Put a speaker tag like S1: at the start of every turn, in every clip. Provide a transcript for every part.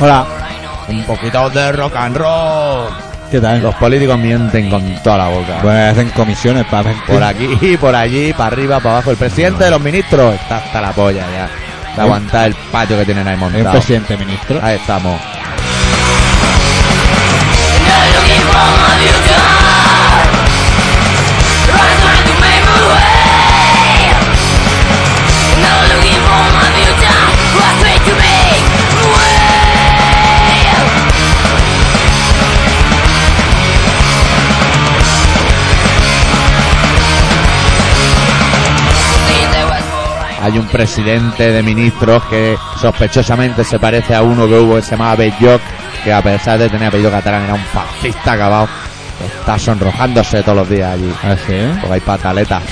S1: Hola.
S2: Un poquito de rock and roll.
S1: ¿Qué tal?
S2: Los políticos mienten con toda la boca.
S1: Pues hacen comisiones para ver
S2: Por aquí, por allí, para arriba, para abajo. El presidente de los ministros está hasta la polla ya. De aguantar el patio que tienen ahí
S1: Hay un
S2: montado.
S1: presidente ministro.
S2: Ahí estamos. Hay un presidente de ministros que sospechosamente se parece a uno que hubo que se llamaba Belloc, que a pesar de tener apellido catalán era un fascista acabado. Está sonrojándose todos los días allí.
S1: Así, ¿eh?
S2: Porque hay pataletas.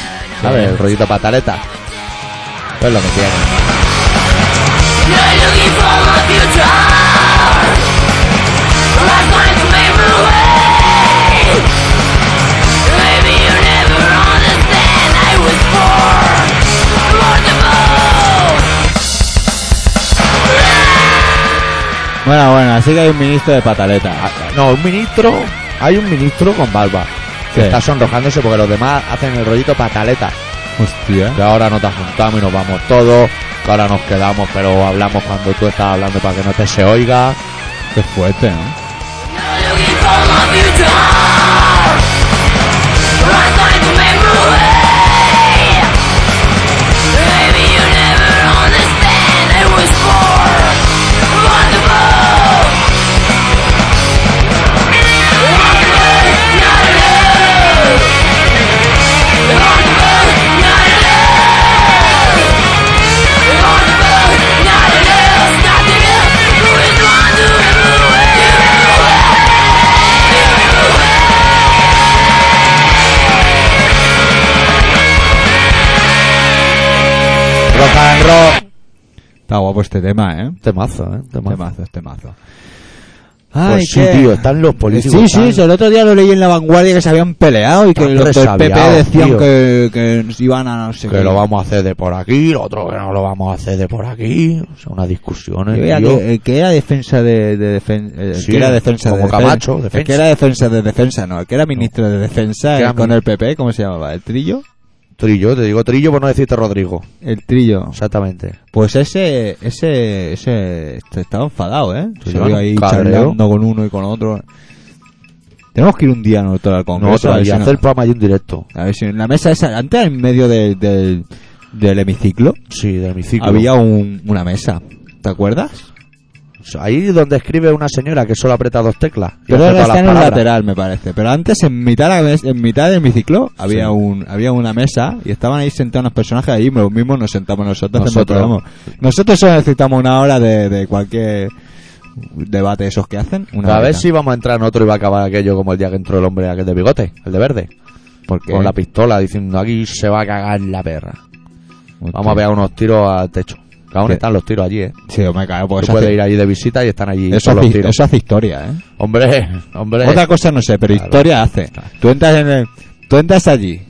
S2: ¿Sabes? El rollito pataleta. Pues lo que tiene.
S1: Bueno, bueno, así que hay un ministro de pataleta.
S2: Ah, No, un ministro. Hay un ministro con barba. Que
S1: Sí.
S2: está sonrojándose porque los demás hacen el rollito pataleta.
S1: Hostia.
S2: Que ahora nos juntamos y nos vamos todos. Que ahora nos quedamos, pero hablamos cuando tú estás hablando para que no te se oiga.
S1: Qué fuerte, ¿no?
S2: Rock and roll.
S1: Está guapo este tema, ¿eh?
S2: Temazo, eh. Temazo.
S1: Temazo, este mazo.
S2: Pues sí, tío, están los políticos.
S1: Sí,
S2: tan-
S1: sí, el otro día lo leí en la vanguardia que se habían peleado y que
S2: Están
S1: los del PP
S2: resabiados,
S1: decían
S2: tío.
S1: que, que nos iban a no sé
S2: Que lo vamos a hacer de por aquí, lo otro que no lo vamos a hacer de por aquí. O sea, unas discusiones.
S1: Que era,
S2: tío.
S1: de- eh, que era defensa de, de defen- eh,
S2: Sí,
S1: que era defensa
S2: como
S1: de defen-
S2: Camacho,
S1: el
S2: defensa.
S1: que era defensa de defensa no el que era ministro de defensa
S2: Que
S1: eh,
S2: era
S1: con
S2: mi-
S1: el PP cómo se llamaba el trillo
S2: Trillo, te digo trillo por no decirte Rodrigo.
S1: el trillo
S2: Exactamente.
S1: pues ese ese ese este, estaba enfadado eh
S2: Sí,
S1: se iba ahí
S2: un cabreo.
S1: charlando con uno y con otro tenemos que ir un día nosotros al
S2: No,
S1: Congreso
S2: otra,
S1: a, ver
S2: y
S1: si
S2: hacer
S1: nos-
S2: el programa y un directo.
S1: a ver si en la mesa esa antes en medio del del, del hemiciclo
S2: Sí, del hemiciclo.
S1: había un- una mesa ¿te acuerdas?
S2: O sea, Ahí donde escribe una señora que solo aprieta dos teclas. y
S1: Pero
S2: hace
S1: ahora
S2: todas
S1: está en
S2: las
S1: el
S2: palabras.
S1: lateral, me parece. Pero antes, en mitad, de la mes- en mitad del hemiciclo, había
S2: Sí.
S1: un había una mesa y estaban ahí sentados unos personajes. Ahí los mismos nos sentamos nosotros. haciendo el
S2: Nosotros.
S1: programa. Nosotros solo necesitamos una hora de, de cualquier debate de esos que hacen. Una
S2: a ver
S1: horita.
S2: si vamos a entrar en otro y va a acabar aquello como el día que entró el hombre aquel de bigote, el de verde,
S1: Porque,
S2: con la pistola diciendo aquí se va a cagar la perra.
S1: Hostia.
S2: Vamos a pegar unos tiros al techo. Que aún
S1: ¿Qué?
S2: están los tiros allí, eh.
S1: Sí, me cago,
S2: Tú
S1: porque eso
S2: puedes
S1: hace,
S2: ir allí de visita y están allí
S1: Pues eso,
S2: todos los
S1: hace-
S2: tiros.
S1: eso hace historia, ¿eh?
S2: Hombre, hombre.
S1: Otra cosa no sé, pero
S2: Claro.
S1: historia hace. Tú entras en el, tú entras allí.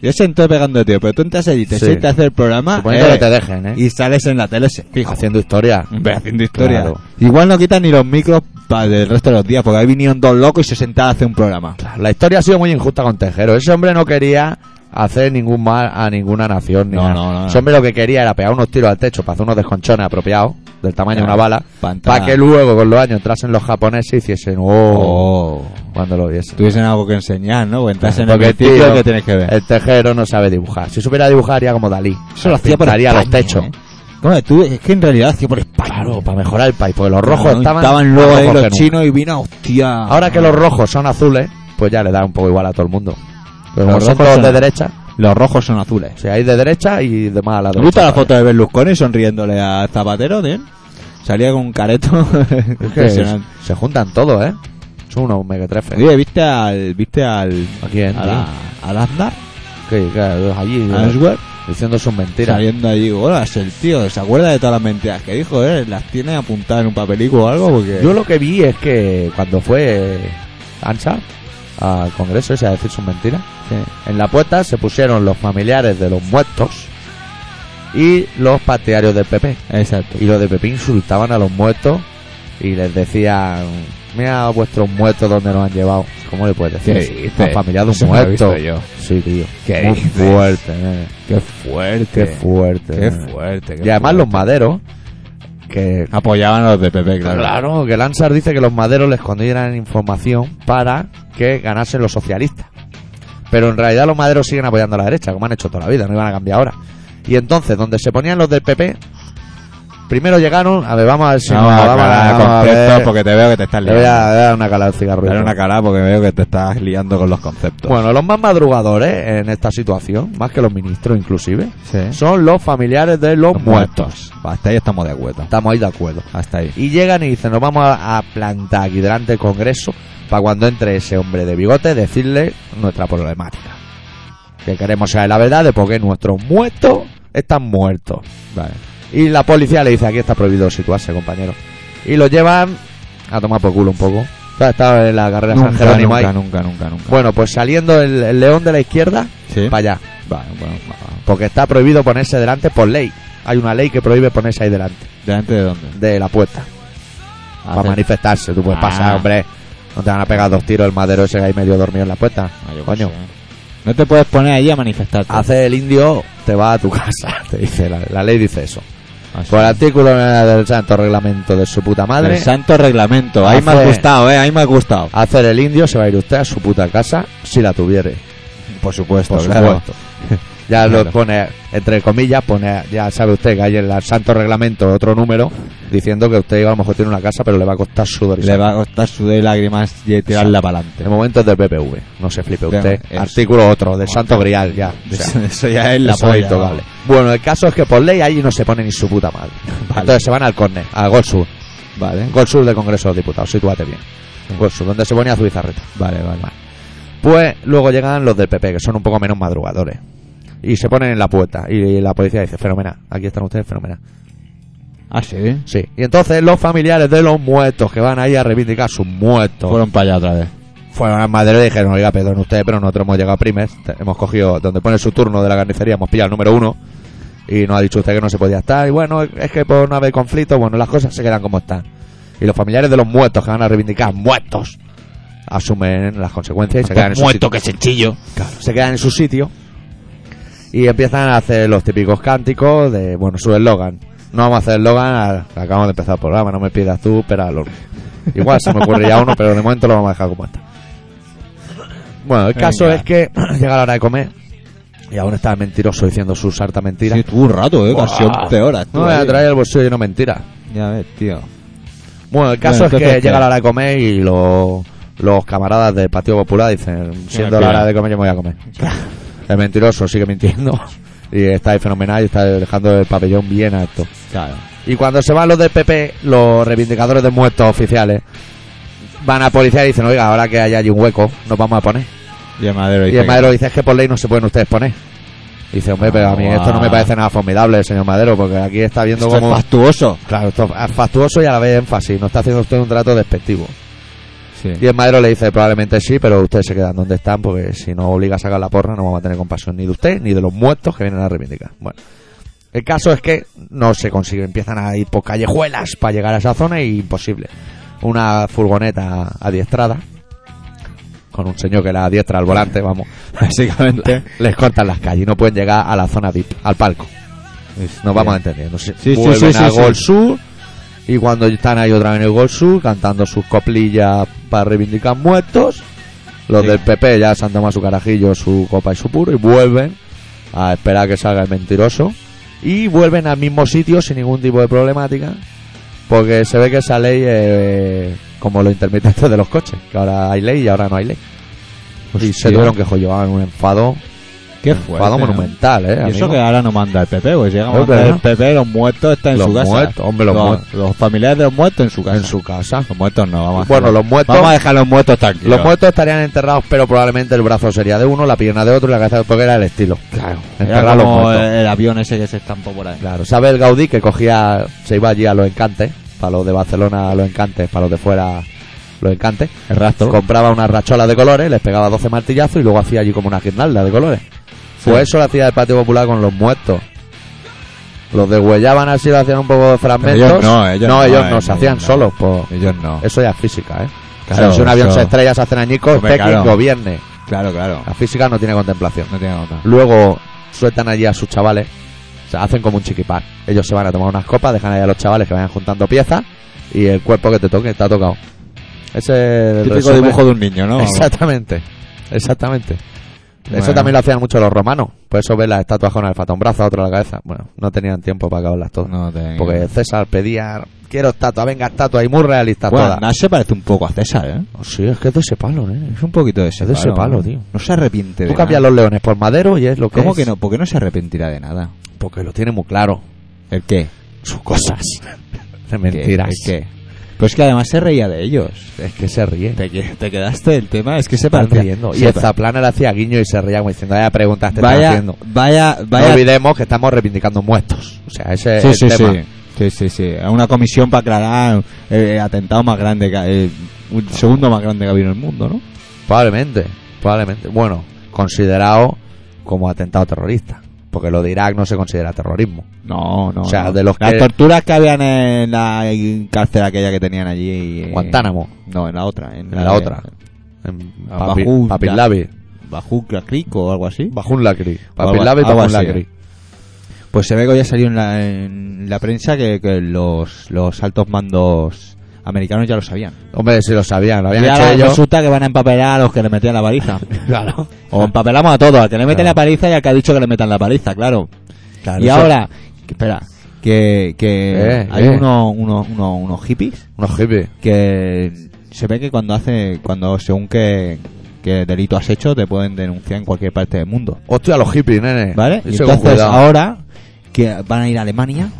S1: Yo se entró pegando tío, pero tú entras allí, te
S2: Sí.
S1: sientas a hacer el programa
S2: Suponiendo
S1: eh,
S2: que te dejen, eh.
S1: y sales en la tele, se fijo.
S2: Haciendo historia.
S1: Hombre, haciendo historia.
S2: Claro.
S1: Igual no quitan ni los micros para el resto de los días, porque ahí vinieron dos locos y se sentaron a hacer un programa.
S2: La historia ha sido muy injusta con Tejero. Ese hombre no quería hacer ningún mal a ninguna nación. Ni
S1: No,
S2: nada.
S1: no, no, no.
S2: Ese hombre lo que quería era pegar unos tiros al techo para hacer unos desconchones apropiados, del tamaño de una
S1: Claro.
S2: bala,
S1: Pantana.
S2: para que luego con los años entrasen los japoneses y hiciesen oh,
S1: Oh.
S2: cuando lo viesen.
S1: Tuviesen algo que enseñar, ¿no? Porque entras en el
S2: Porque,
S1: principio
S2: tío,
S1: que tienes que ver.
S2: El Tejero no sabe dibujar. Si supiera dibujar, haría como Dalí.
S1: Eso lo hacía por
S2: Pintaría
S1: España,
S2: los techos.
S1: ¿eh? Bueno, tú, es que en realidad lo hacía por España.
S2: Claro, para mejorar el país, porque los rojos
S1: No,
S2: estaban,
S1: luego
S2: más
S1: ahí
S2: rojos
S1: los
S2: que nunca.
S1: chinos y vino, hostia.
S2: Ahora que los rojos son azules, pues ya le da un poco igual a todo el mundo. Pero
S1: Los
S2: como son
S1: rojos
S2: todos
S1: son-
S2: de derecha,
S1: Los rojos son azules.
S2: o sea, hay de derecha y de más a la
S1: ¿Te
S2: derecha.
S1: gusta la
S2: todavía.
S1: foto de Berlusconi sonriéndole a Zapatero, tío? Salía con un careto
S2: Es que
S1: impresionante.
S2: se juntan todos, ¿eh? Son unos megatrefes.
S1: Oye, ¿viste al... ¿Viste al...
S2: ¿A quién,
S1: A la, al Aznar?
S2: Que, que, allí
S1: ¿A Ansgar?
S2: diciendo sus mentiras.
S1: Saliendo allí, hola, es el tío, se acuerda de todas las mentiras que dijo, ¿eh? Las tiene apuntadas en un papelico o algo, porque...
S2: Yo lo que vi es que cuando fue Ansa al congreso ese a decir sus mentiras,
S1: Sí.
S2: en la puerta se pusieron los familiares de los muertos y los partidarios del PP.
S1: Exacto.
S2: Y los de PP insultaban a los muertos y les decían, mira a vuestros muertos donde nos han llevado. ¿Cómo le puedes
S1: ¿Qué
S2: decir?
S1: dices?
S2: Los familiares de
S1: Eso
S2: un
S1: no lo he
S2: muerto.
S1: visto yo.
S2: Sí, tío.
S1: ¿Qué
S2: Muy
S1: dices?
S2: fuerte, nene.
S1: Qué fuerte.
S2: Qué fuerte.
S1: eh. Qué
S2: nene.
S1: fuerte. qué
S2: Y además los
S1: fuerte.
S2: maderos, que
S1: Apoyaban a los de PP, claro.
S2: Claro, que Lansar dice que los maderos le escondieran información para que ganasen los socialistas. Pero en realidad los maderos siguen apoyando a la derecha, como han hecho toda la vida, no iban a cambiar ahora. Y entonces, donde se ponían los del PP, primero llegaron, a ver, vamos a ver si
S1: No,
S2: nos-
S1: vamos
S2: vamos a-
S1: a
S2: vamos a
S1: con
S2: ver.
S1: conceptos porque te veo que te estás
S2: Le voy a
S1: liando.
S2: dar una calada al cigarro.
S1: Dale una cara porque veo que te estás liando con los conceptos.
S2: Bueno, los más madrugadores en esta situación, más que los ministros inclusive,
S1: Sí.
S2: son los familiares de los,
S1: ¿Eh? Los
S2: muertos.
S1: muertos. Hasta ahí estamos de acuerdo.
S2: Estamos ahí de acuerdo.
S1: Hasta ahí.
S2: Y llegan y dicen, nos vamos a, a plantar aquí delante del Congreso para cuando entre ese hombre de bigote decirle nuestra problemática. Que queremos saber la verdad de por qué nuestros muertos están muertos.
S1: Vale.
S2: Y la policía le dice, aquí está prohibido situarse, compañero. Y lo llevan a tomar por culo un poco. Ya Estaba en la carrera San
S1: Nunca,
S2: Jerónimo
S1: nunca,
S2: ahí.
S1: nunca, nunca, nunca.
S2: Bueno, pues saliendo el, el león de la izquierda,
S1: Sí.
S2: para allá.
S1: Vale, bueno, va.
S2: Porque está prohibido ponerse delante por ley. Hay una ley que prohíbe ponerse ahí delante
S1: ¿Delante de dónde?
S2: de la puerta. Para
S1: Hace-
S2: manifestarse, tú puedes
S1: Ah.
S2: pasar, hombre. No te van a pegar dos tiros el madero ese que hay medio dormido en la puerta.
S1: Ah, yo qué
S2: Coño,
S1: sé. No te puedes poner allí a manifestarte.
S2: hace el indio, te va a tu casa. Te dice la, la ley dice eso.
S1: Así.
S2: Por el artículo del santo reglamento de su puta madre,
S1: El santo reglamento. Ahí me ha
S2: Hace-
S1: gustado, eh. Ahí me ha gustado.
S2: hacer el indio se va a ir usted a su puta casa si la tuviere.
S1: Por supuesto,
S2: Ah, Por
S1: claro.
S2: supuesto. Ya
S1: Claro.
S2: lo pone, entre comillas, pone, ya sabe usted que hay en el santo reglamento otro número diciendo que usted a lo mejor tiene una casa, pero le va a costar sudor y
S1: Le va a costar sudar y lágrimas y tirarla para
S2: De
S1: adelante.
S2: momento es del PPV, no se flipe
S1: Venga,
S2: usted.
S1: eso.
S2: Artículo otro, del Santo Grial, ya. O sea,
S1: Eso, eso ya es la
S2: eso es
S1: polla.
S2: intocable. Bueno, el caso es que por ley allí no se pone ni su puta madre.
S1: Vale.
S2: Entonces se van al Corne, al Gol Sur.
S1: Vale,
S2: Gol Sur del Congreso de los Diputados, sitúate bien. Gol Sur, donde se ponía Zubizarreta.
S1: vale, vale.
S2: Pues luego llegan los del PP, que son un poco menos madrugadores. Y se ponen en la puerta. Y la policía dice, fenomenal, aquí están ustedes, fenomenal.
S1: Ah, sí.
S2: Sí. Y entonces los familiares de los muertos que van ahí a reivindicar sus muertos.
S1: Fueron para allá otra vez.
S2: Fueron a Madrid y dijeron, oiga, perdón usted, pero nosotros hemos llegado primes, te- hemos cogido donde pone su turno de la carnicería, hemos pillado el número uno y nos ha dicho usted que no se podía estar. Y bueno, es que por no haber conflicto, bueno, las cosas se quedan como están. Y los familiares de los muertos que van a reivindicar muertos asumen las consecuencias y se quedan en su sitio.
S1: que se chillo.
S2: Claro, se quedan en su sitio y empiezan a hacer los típicos cánticos de, bueno, su eslogan. No vamos a hacer eslogan, al- acabamos de empezar el programa, no me pidas tú, espera al otro. Igual se me ocurre ya uno, pero de momento lo vamos a dejar como está. Bueno, el caso
S1: Venga.
S2: es que llega la hora de comer y aún está el mentiroso diciendo sus harta mentiras.
S1: Sí, tuvo un rato, eh. Casi
S2: Buah.
S1: 11 horas. tú,
S2: no me voy a
S1: ahí.
S2: traer el bolsillo lleno de mentiras.
S1: Ya ves, tío.
S2: Bueno, el caso
S1: Bueno,
S2: es que
S1: entonces, ¿qué?
S2: llega la hora de comer y los, los camaradas del Partido Popular dicen, siendo la
S1: pida.
S2: hora de comer yo me voy a comer. El mentiroso sigue mintiendo y está ahí fenomenal y está dejando el pabellón bien alto.
S1: Claro.
S2: Y cuando se van los del PP, los reivindicadores de muertos oficiales, van a policía y dicen, oiga, ahora que hay allí un hueco, nos vamos a poner.
S1: Y el madero
S2: Y
S1: dice
S2: el Madero dice, es que por ley no se pueden ustedes poner. Y dice, hombre, pero a mí esto no me parece nada formidable, señor Madero, porque aquí está
S1: que
S2: viendo
S1: Ah. esto es
S2: como...
S1: fastuoso.
S2: Claro, esto es factuoso y a la vez énfasis. No está haciendo usted un trato despectivo.
S1: Sí.
S2: Y el Madero le dice probablemente sí, pero ustedes se quedan donde están porque si no obliga a sacar la porra no vamos a tener compasión ni de usted ni de los muertos que vienen a reivindicar. Bueno, el caso es que no se consigue, empiezan a ir por callejuelas para llegar a esa zona y imposible. Una furgoneta adiestrada con un señor que la adiestra al volante, vamos,
S1: Básicamente.
S2: les cortan las calles y no pueden llegar a la zona VIP, al palco. Nos vamos a entender. No sé,
S1: Sí, sí,
S2: vuelven
S1: sí, sí,
S2: a
S1: sí.
S2: Gol Sur y cuando están ahí otra vez en el Gol Sur cantando sus coplillas para reivindicar muertos, los
S1: Sí.
S2: del PP ya se han tomado su carajillo, su copa y su puro y vuelven a esperar que salga el mentiroso y vuelven al mismo sitio sin ningún tipo de problemática porque se ve que esa ley eh, como los intermitentes de los coches, que ahora hay ley y ahora no hay ley. Y se
S1: Hostia.
S2: tuvieron que llevaban un enfado,
S1: Qué fuerte.
S2: enfado
S1: ¿no?
S2: monumental, ¿eh?
S1: Y eso
S2: amigo?
S1: que ahora no manda el PP, pues llega a
S2: Es
S1: mandar
S2: verdad.
S1: el PP, los muertos están en
S2: Los
S1: su casa.
S2: muertos, hombre, los muertos.
S1: los familiares de los muertos en su casa.
S2: en su casa.
S1: Los muertos no, vamos a
S2: Bueno,
S1: dejar-
S2: los muertos-
S1: Vamos a dejar los muertos tranquilos.
S2: Los muertos estarían enterrados, pero probablemente el brazo sería de uno, la pierna de otro y la cabeza de otro, porque era el estilo.
S1: Claro.
S2: Enterrar
S1: Era
S2: a los
S1: como
S2: muertos.
S1: el avión ese que se estampó por ahí.
S2: Claro, ¿sabe el Gaudí que cogía, se iba allí a los encantes, para los de Barcelona a los encantes, para los de fuera los encantes?
S1: El rastro.
S2: Compraba unas racholas de colores, les pegaba 12 martillazos y luego hacía allí como una guirnalda de colores.
S1: Sí.
S2: Pues eso lo hacía el Patio Popular con los muertos. Los degüellaban así, lo hacían un poco de fragmentos.
S1: Ellos no, ellos no,
S2: ellos
S1: eh,
S2: no, se hacían
S1: no.
S2: solos. Por...
S1: Ellos no.
S2: Eso ya es física, ¿eh?
S1: Claro,
S2: O sea, si un avión
S1: eso-
S2: se estrella, se hacen añicos,
S1: Hombre,
S2: usted quien
S1: claro.
S2: gobierne.
S1: Claro, claro.
S2: La física no tiene contemplación.
S1: No tiene nota.
S2: Luego sueltan allí a sus chavales, se hacen como un chiquipar. Ellos se van a tomar unas copas, dejan allá a los chavales que vayan juntando piezas y el cuerpo que te toque, te ha tocado. Ese es el
S1: Típico
S2: resumen.
S1: dibujo de un niño, ¿no?
S2: Exactamente, exactamente. Eso
S1: Bueno.
S2: también lo hacían mucho los romanos. Por eso ves las estatuas con alfata, un brazo, otro en la cabeza. Bueno, no tenían tiempo para acabarlas todas.
S1: No tengo.
S2: Porque César pedía, quiero estatua, venga estatua, y muy realista
S1: Bueno,
S2: toda.
S1: Nash se parece un poco a César, ¿eh?
S2: Sí, es que es de ese palo, ¿eh?
S1: Es un poquito de ese
S2: Es de ese palo,
S1: ¿no?
S2: tío.
S1: No se arrepiente
S2: Tú
S1: de
S2: cambias
S1: nada.
S2: los leones por madero y es lo que
S1: ¿Cómo
S2: es.
S1: que no? Porque no se arrepentirá de nada.
S2: Porque lo tiene muy claro.
S1: ¿El qué?
S2: sus cosas. De
S1: ¿Qué?
S2: mentiras.
S1: ¿El qué? Pues que además se reía de ellos.
S2: Es que se ríe.
S1: Te, que- te quedaste del tema, es que se
S2: Están
S1: parecía-
S2: riendo. Y
S1: se
S2: el
S1: pa-
S2: Zaplana le hacía guiño y se reía como diciendo, vaya preguntas te están
S1: Vaya,
S2: haciendo.
S1: vaya,
S2: No
S1: vaya.
S2: olvidemos que estamos reivindicando muertos. O sea, ese
S1: sí,
S2: es
S1: sí,
S2: el tema.
S1: sí. Sí, sí, sí. A Una comisión para aclarar eh, atentado más grande, que, ha- eh, un segundo más grande que ha habido en el mundo, ¿no?
S2: Probablemente, probablemente. Bueno, considerado como atentado terrorista. Porque lo de Irak no se considera terrorismo.
S1: No, no.
S2: O sea,
S1: no.
S2: de los
S1: Las
S2: que-
S1: torturas que habían en la cárcel aquella que tenían allí. eh,
S2: En Guantánamo,
S1: No, en la otra. En
S2: en la,
S1: de-
S2: otra. En
S1: Ah,
S2: Papi-
S1: Bajú-
S2: Papilavi.
S1: Bajú Crico o algo así.
S2: Bajun Lacri.
S1: algo-
S2: Papilavi y
S1: algo
S2: Bajun
S1: así.
S2: Lacri.
S1: Pues se ve que hoy ha salido en la, en la prensa que, que los, los altos mandos americanos ya lo sabían.
S2: Hombre, si lo sabían, lo
S1: Y
S2: habían hecho
S1: ahora
S2: ellos.
S1: resulta que van a empapelar a los que le metían la paliza.
S2: Claro.
S1: O empapelamos a todos, al que le meten
S2: Claro.
S1: la paliza y al que ha dicho que le metan la paliza, claro.
S2: Claro,
S1: y
S2: eso-
S1: ahora, que- espera, que, que
S2: Eh,
S1: hay
S2: eh.
S1: Unos, unos, unos, unos hippies
S2: Unos hippies.
S1: que se ve que cuando hace, cuando según que, que delito has hecho, te pueden denunciar en cualquier parte del mundo.
S2: Hostia, los hippies, nene.
S1: ¿Vale? Y
S2: Eh, Eso con
S1: entonces
S2: cuidado.
S1: ahora que van a ir a Alemania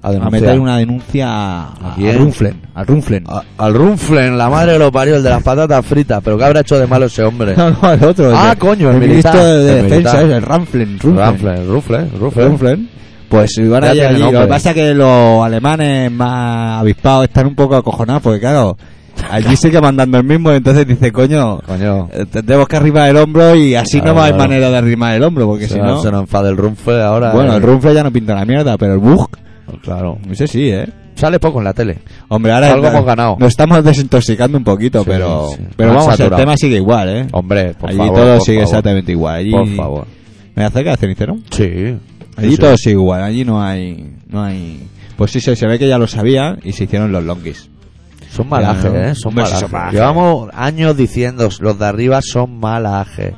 S2: a
S1: a
S2: denunciar.
S1: meter una denuncia a, a-
S2: Ah, pues ¿A quién? Ah,
S1: a Runflen. A Runflen.
S2: A- al Runflen, la madre de los parió, el de las patatas fritas. Pero ¿qué habrá hecho de malo ese hombre?
S1: No, no, el otro. el
S2: Ah,
S1: de-
S2: coño, el militar,
S1: ministro de, de
S2: el
S1: defensa,
S2: militar.
S1: es el Ramflen.
S2: Runflen, Runflen, Runflen.
S1: Runflen. Pues iban
S2: Ya
S1: a ir
S2: tiene
S1: allí. Lo
S2: nombre.
S1: que pasa es que los alemanes más avispados están un poco acojonados, porque claro, allí sigue mandando el mismo, y entonces dice, coño,
S2: Coño.
S1: eh, tendremos que arrimar el hombro y así
S2: Claro,
S1: no hay
S2: claro.
S1: manera de arrimar el hombro, porque
S2: se,
S1: si
S2: no-
S1: no.
S2: se nos enfada el Runflen ahora.
S1: Bueno,
S2: eh.
S1: el Runflen ya no pinta la mierda, pero el Bug,
S2: Claro.
S1: ese sí, ¿eh.
S2: Sale poco en la tele.
S1: Hombre, ahora
S2: Algo hemos ganado.
S1: Nos estamos desintoxicando un poquito,
S2: Sí,
S1: pero,
S2: sí.
S1: pero
S2: Han
S1: vamos,
S2: saturado.
S1: el tema sigue igual, ¿eh?
S2: Hombre, por
S1: allí
S2: favor.
S1: todo
S2: por
S1: sigue
S2: favor.
S1: exactamente igual. Allí,
S2: Por favor.
S1: ¿Me acerca el cenicero?
S2: Sí. Sí,
S1: Allí
S2: sí.
S1: todo sigue igual, allí no hay. no hay Pues sí, se, se ve que ya lo sabía y se hicieron los longis.
S2: Son malajes,
S1: Claro.
S2: ¿eh? Son
S1: Hombre, sí,
S2: malajes.
S1: son malajes.
S2: Llevamos años diciendo, los de arriba son malajes.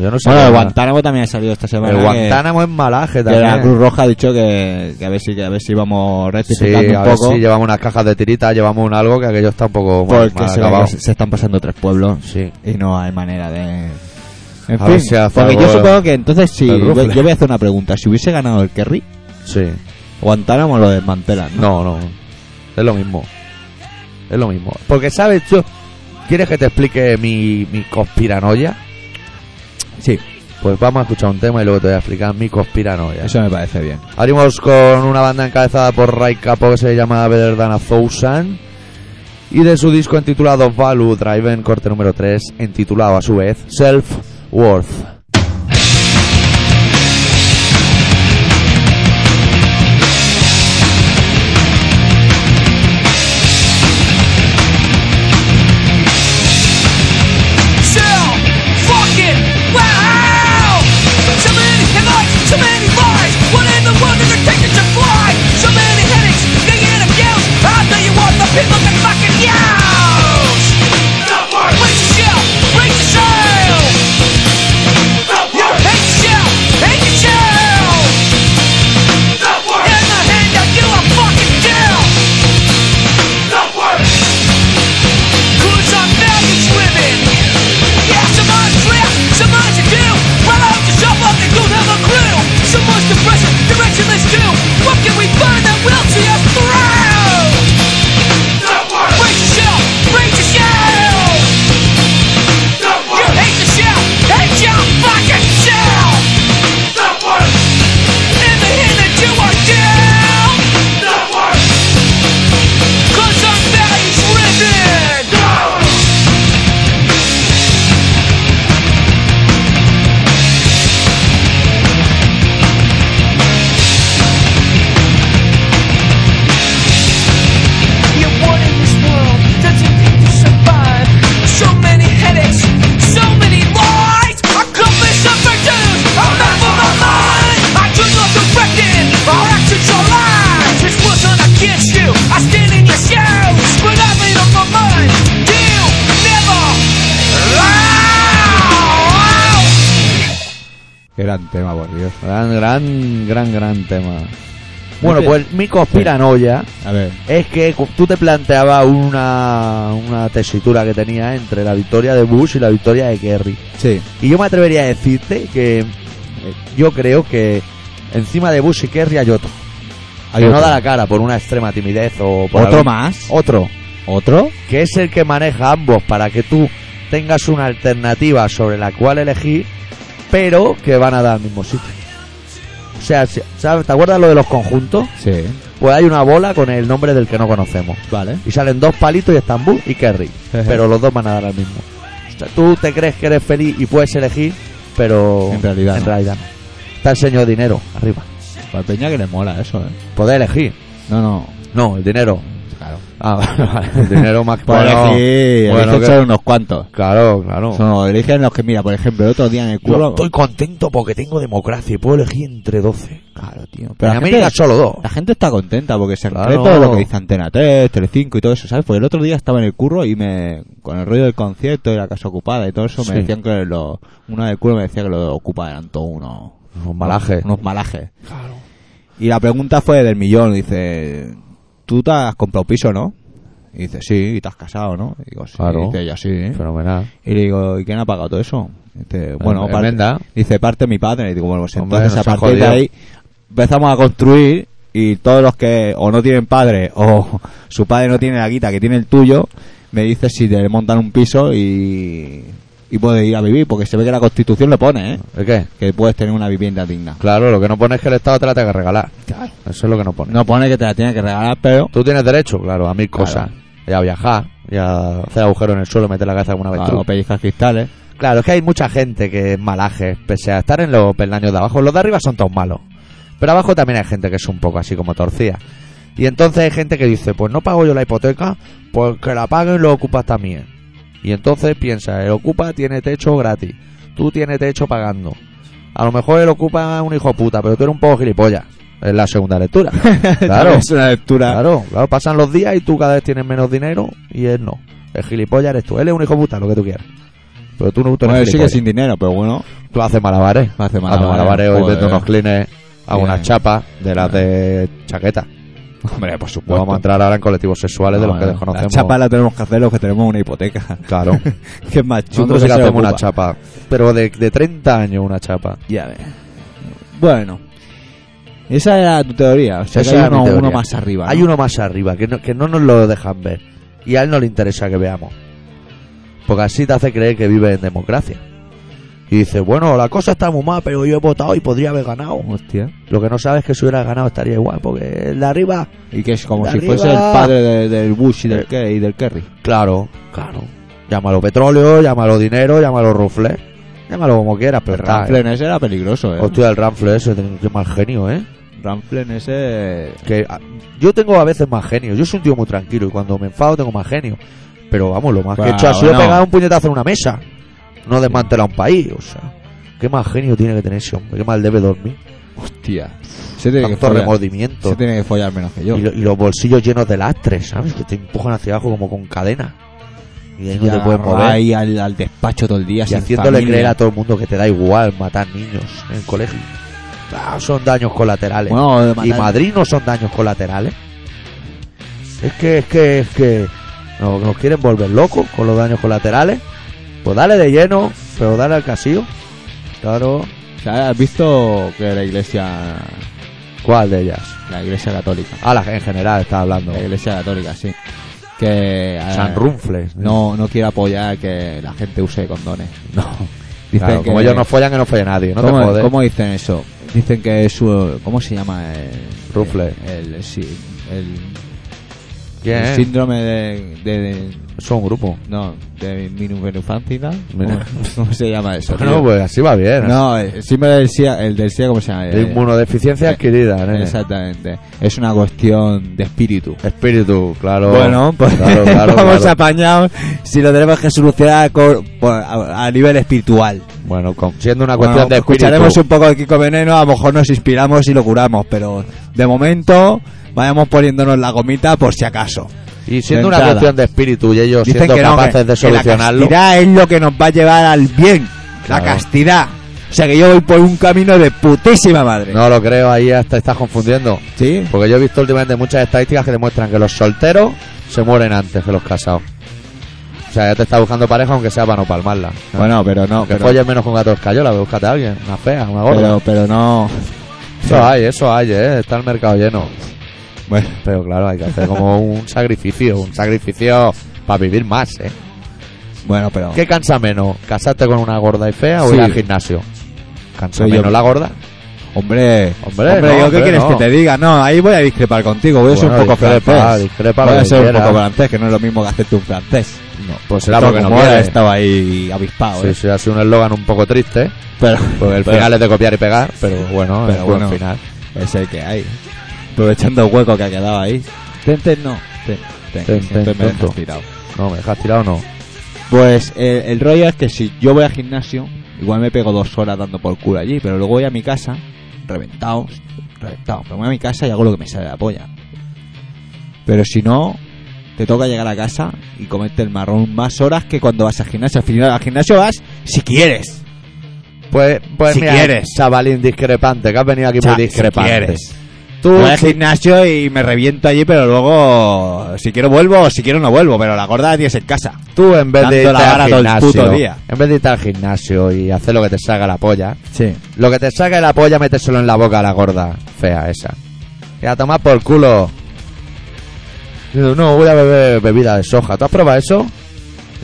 S2: Yo no sé.
S1: Bueno, Pues el
S2: nada.
S1: Guantánamo también ha salido esta semana.
S2: El
S1: que-
S2: Guantánamo es malaje
S1: que
S2: también.
S1: la Cruz Roja ha dicho que, que a ver si que a ver si vamos
S2: Sí,
S1: rectificando
S2: a
S1: un
S2: ver
S1: poco.
S2: si llevamos unas cajas de tiritas, llevamos un algo que aquello está un poco mal,
S1: porque
S2: mal
S1: se, ve
S2: acabado.
S1: que se están pasando tres pueblos
S2: Sí.
S1: y no hay manera de. En
S2: A
S1: fin,
S2: ver si hace
S1: porque yo
S2: algo-
S1: supongo que entonces si.
S2: el
S1: Yo,
S2: rufle.
S1: yo voy a hacer una pregunta. Si hubiese ganado el Kerry,
S2: Sí.
S1: Guantánamo lo desmantelan. ¿no?
S2: No, no. Es lo mismo. Es lo mismo. Porque, ¿sabes? Yo... ¿Quieres que te explique mi, mi conspiranoia?
S1: Sí,
S2: Pues vamos a escuchar un tema y luego te voy a explicar mi conspiranoia.
S1: eso me parece bien.
S2: Abrimos con una banda encabezada por Ray Capo que se llama Better Than a Thousand y de su disco intitulado Value Driven, corte número 3, intitulado a su vez Self Worth.
S3: Chill, fucking wow! So many headlights, so many lies. What in the world is it taking to fly? So many headaches, the interviews. I know you want the people to fucking yell. Raise your shield, raise your sail.
S1: Gran tema, por Dios.
S2: Gran, gran, gran, gran tema. Bueno,
S1: Dice-
S2: pues mi conspiranoia
S1: A ver,
S2: es que cu- tú te planteabas una, una tesitura que tenía entre la victoria de Bush y la victoria de Kerry.
S1: sí.
S2: Y yo me atrevería a decirte que eh, yo creo que encima de Bush y Kerry hay otro.
S1: Hay
S2: que no
S1: otro.
S2: da la cara por una extrema timidez o por
S1: ¿Otro
S2: algún-
S1: más?
S2: Otro.
S1: ¿Otro?
S2: que es el que maneja ambos para que tú tengas una alternativa sobre la cual elegir, pero que van a dar al mismo sitio. O sea, si- ¿sabes? ¿te acuerdas lo de los conjuntos?
S1: Sí.
S2: Pues hay una bola con el nombre del que no conocemos.
S1: Vale.
S2: Y salen dos palitos y Estambul y Kerry.
S1: Ejé.
S2: pero los dos van a dar al mismo. O sea, tú te crees que eres feliz y puedes elegir, pero
S1: En realidad
S2: en
S1: no.
S2: realidad no. Está el señor dinero arriba.
S1: Para Pues Peña que le mola eso, ¿eh?
S2: Poder elegir.
S1: No, no.
S2: No, el dinero.
S1: Claro.
S2: Ah, vale, vale. El dinero más que
S1: Para
S2: bueno,
S1: elegir,
S2: bueno,
S1: eligen
S2: que-
S1: solo unos cuantos.
S2: Claro, claro.
S1: Son, eligen los que, mira, por ejemplo, el otro día en el
S2: Yo
S1: culo.
S2: estoy contento porque tengo democracia y puedo elegir entre 12.
S1: Claro,
S2: Pero
S1: tío. Pero
S2: en
S1: la
S2: América
S1: gente,
S2: solo dos.
S1: la gente está contenta porque se
S2: Claro.
S1: cree todo lo que dice Antena 3, Telecinco y todo eso, ¿sabes? Porque el otro día estaba en el curro y me... Con el rollo del concierto y la casa ocupada y todo eso,
S2: Sí.
S1: me decían que lo... Uno del curro me decía que lo ocupa eran todos unos...
S2: Un malaje.
S1: Unos malajes. Y la pregunta fue del millón. Dice, ¿tú te has comprado piso, no? Y dice, sí, y te has casado, ¿no? Y digo, sí.
S2: Claro.
S1: Y dice, ella sí. ¿eh?".
S2: Fenomenal.
S1: Y le digo, ¿y quién ha pagado todo eso? Dice, bueno,
S2: Em-
S1: parte-
S2: enmienda.
S1: dice, parte mi padre. Y digo, bueno, pues
S2: Hombre,
S1: entonces
S2: nos
S1: a
S2: han
S1: partir de
S2: jodido.
S1: ahí empezamos a construir y todos los que o no tienen padre o su padre no tiene la guita que tiene el tuyo, me dice si te montan un piso y, y puede ir a vivir, porque se ve que la constitución lo pone, ¿eh?
S2: ¿El qué?
S1: Que puedes tener una vivienda digna.
S2: Claro, lo que no pone es que el Estado te la tenga que regalar. Eso es lo que no pone.
S1: No pone que te la tiene que regalar, pero
S2: Tú tienes derecho, claro, a mil cosas.
S1: Claro.
S2: Y a viajar, y a hacer agujeros en el suelo, meter la cabeza como una vez
S1: claro, pellizcas cristales.
S2: Claro, es que hay mucha gente que es malaje, pese a estar en los peldaños de abajo. Los de arriba son todos malos. Pero abajo también hay gente que es un poco así como torcida. Y entonces hay gente que dice, pues no pago yo la hipoteca, pues que la paguen los ocupas también. Y entonces piensa, el ocupa tiene techo gratis, tú tienes techo pagando. A lo mejor el ocupa es un hijo puta, pero tú eres un poco gilipollas. Es la segunda lectura. Claro.
S1: es una lectura.
S2: Claro, claro, pasan los días y tú cada vez tienes menos dinero y él no. El gilipollas eres tú. Él es un hijo puta, lo que tú quieras. Pero tú no tú eres
S1: Bueno, Pues sigue
S2: gilipollas.
S1: sin dinero, pero bueno,
S2: Tú haces malabares.
S1: hace
S2: Haces
S1: malabares.
S2: malabares. Hoy
S1: Joder.
S2: vendo unos clines, hago
S1: Bien.
S2: unas chapas de las de chaqueta.
S1: Hombre, por
S2: No
S1: supuesto.
S2: vamos a entrar ahora en colectivos sexuales de los que
S1: No, no,
S2: desconocemos.
S1: La chapa la tenemos que hacer los que tenemos una hipoteca.
S2: Claro.
S1: que es más chulo.
S2: Nosotros sí que hacemos una chapa. Pero de, de 30 años una chapa.
S1: Ya ves. Bueno. Esa era tu teoría. O sea, que
S2: Esa
S1: hay
S2: es mi
S1: uno,
S2: teoría.
S1: uno más arriba. ¿no?
S2: Hay uno más arriba que no, que no nos lo dejan ver. Y a él no le interesa que veamos. Porque así te hace creer que vive en democracia. Y dice, bueno, la cosa está muy mal, pero yo he votado y podría haber ganado.
S1: Hostia.
S2: Lo que no sabes es que si hubiera ganado estaría igual, porque el de arriba,
S1: Y que es como
S2: De
S1: si
S2: arriba. Eh,
S1: fuese el padre de- del Bush y del, Ke- y del Kerry.
S2: claro, claro. Llámalo petróleo, llámalo dinero, llámalo rufle. Llámalo como quieras, pero
S1: Pero
S2: está,
S1: Ramflen ese era peligroso,
S2: eh.
S1: eh.
S2: Hostia, el ranfle ese, qué mal genio, ¿eh?
S1: Ramflen ese.
S2: que a- yo tengo a veces más genio. Yo soy un tío muy tranquilo y cuando me enfado tengo más genio. Pero vamos, lo más que he hecho ha
S1: Bueno,
S2: sido
S1: bueno.
S2: pegar un puñetazo en una mesa. No desmantelar un país, o sea. Qué más genio tiene que tener ese hombre, qué mal debe dormir.
S1: Hostia. Se tiene, que
S2: Tanto
S1: follar, se
S2: remordimiento.
S1: tiene que follar menos que yo.
S2: Y, lo- y los bolsillos llenos de lastres, ¿sabes? Que te empujan hacia abajo como con cadena. Y ahí no te
S1: Ya,
S2: puedes mover.
S1: Ahí al, al despacho todo el día.
S2: Y
S1: sin
S2: haciéndole
S1: familia.
S2: creer a todo el mundo que te da igual matar niños en el colegio. Ah, son daños colaterales.
S1: Bueno, de
S2: y
S1: matar-
S2: Madrid no son daños colaterales. Es que, es que, es que no- nos quieren volver locos con los daños colaterales. Pues dale de lleno, pero dale al casillo. Claro,
S1: O sea, ¿Has visto que la iglesia.
S2: ¿cuál de ellas?
S1: La iglesia católica.
S2: A la en general está hablando.
S1: La iglesia católica, sí. Que. eh,
S2: San Rumfles.
S1: No, no quiere apoyar que la gente use condones.
S2: no.
S1: Dicen
S2: Claro,
S1: que-
S2: como ellos no follan, que no folle nadie. No te
S1: ¿Cómo,
S2: jodes.
S1: cómo dicen eso? Dicen que es su. ¿Cómo se llama? El,
S2: Rufle.
S1: El, el- sí, el-
S2: ¿Quién
S1: el
S2: es?
S1: síndrome de. de- de-
S2: Son un grupo.
S1: no, de minusvalufancia. ¿Cómo,
S2: Mira.
S1: cómo se llama eso?
S2: Bueno,
S1: tío?
S2: pues así va bien.
S1: No, el síndrome del SIDA, el del SIDA, ¿cómo se llama?
S2: De
S1: Eh,
S2: inmunodeficiencia
S1: eh,
S2: adquirida. nene.
S1: Exactamente. Es una cuestión de espíritu.
S2: Espíritu, claro.
S1: Bueno, pues
S2: Claro, claro,
S1: vamos
S2: claro.
S1: apañados si lo tenemos que solucionar con- por- a, a nivel espiritual.
S2: Bueno, con- siendo una
S1: Bueno,
S2: cuestión de espíritu.
S1: escucharemos un poco de Kiko Veneno, a lo mejor nos inspiramos y lo curamos, pero de momento vayamos poniéndonos la gomita por si acaso.
S2: Y siendo
S1: de
S2: una
S1: entrada.
S2: cuestión de espíritu y ellos
S1: Dicen
S2: siendo
S1: que no,
S2: capaces
S1: que-
S2: de
S1: que la
S2: solucionarlo.
S1: castidad es lo que nos va a llevar al bien,
S2: Claro.
S1: la castidad. O sea que yo voy por un camino de putísima madre.
S2: No lo creo, ahí hasta estás confundiendo.
S1: ¿Sí?
S2: Porque yo he visto últimamente muchas estadísticas que demuestran que los solteros se mueren antes que los casados. O sea, ya te está buscando pareja aunque sea para no palmarla. ¿no?
S1: Bueno, pero no.
S2: que
S1: Pero,
S2: folles menos con gatos escayola, pues búscate a alguien, una fea, una gorda.
S1: pero, pero no.
S2: eso hay, eso hay, eh, está el mercado lleno.
S1: Bueno,
S2: Pero claro, hay que hacer como un sacrificio, un sacrificio para vivir más, ¿eh?
S1: bueno, pero.
S2: ¿Qué cansa menos? ¿Casarte con una gorda y fea o
S1: Sí.
S2: ir al gimnasio? ¿Cansa
S1: Soy yo.
S2: menos la gorda?
S1: Hombre,
S2: Hombre, no,
S1: yo, ¿qué
S2: hombre,
S1: quieres
S2: no.
S1: que te diga? No, ahí voy a discrepar contigo. Voy a ser
S2: Bueno,
S1: un poco
S2: discrepa,
S1: francés.
S2: discrepa
S1: voy
S2: lo
S1: a
S2: que
S1: ser un poco
S2: quieras.
S1: francés, que no es lo mismo que hacerte un francés.
S2: No, pues será porque no
S1: como ahora
S2: quiere.
S1: estaba ahí avispado,
S2: Sí,
S1: ¿eh?
S2: sí, ha sido un eslogan un poco triste, ¿eh?
S1: Pero,
S2: Porque el
S1: pero
S2: final es de copiar y pegar, pero bueno,
S1: Pero
S2: es buen
S1: bueno.
S2: final.
S1: es el que hay. Aprovechando el hueco que ha quedado ahí. Ten, ten, no. Ten, ten,
S2: Ten, ten,
S1: Entonces me dejas
S2: tonto.
S1: tirado.
S2: No, ¿me dejas tirado o no?
S1: Pues eh, el rollo es que si yo voy al gimnasio, igual me pego dos horas dando por culo allí, pero luego voy a mi casa, reventado, reventado, pero voy a mi casa y hago lo que me sale de la polla. Pero si no, te toca llegar a casa y comerte el marrón más horas que cuando vas al gimnasio. Al final al gimnasio vas si quieres.
S2: Pues, pues
S1: Si
S2: mira,
S1: quieres.
S2: chavalín discrepante, que has venido aquí
S1: O sea,
S2: muy
S1: si
S2: discrepante.
S1: quieres. Tú voy al gimnasio y me reviento allí, pero luego si quiero vuelvo o si quiero no vuelvo, pero la gorda la tienes en casa.
S2: Tú en vez de
S1: Dando
S2: irte
S1: la vara
S2: al
S1: todo el
S2: gimnasio,
S1: puto día.
S2: en vez de irte al gimnasio y hacer lo que te salga la polla,
S1: Sí.
S2: lo que te salga de la polla méteselo en la boca a la gorda fea esa. Y a tomar por culo. Yo, No, voy a beber bebida de soja. ¿Tú has probado eso?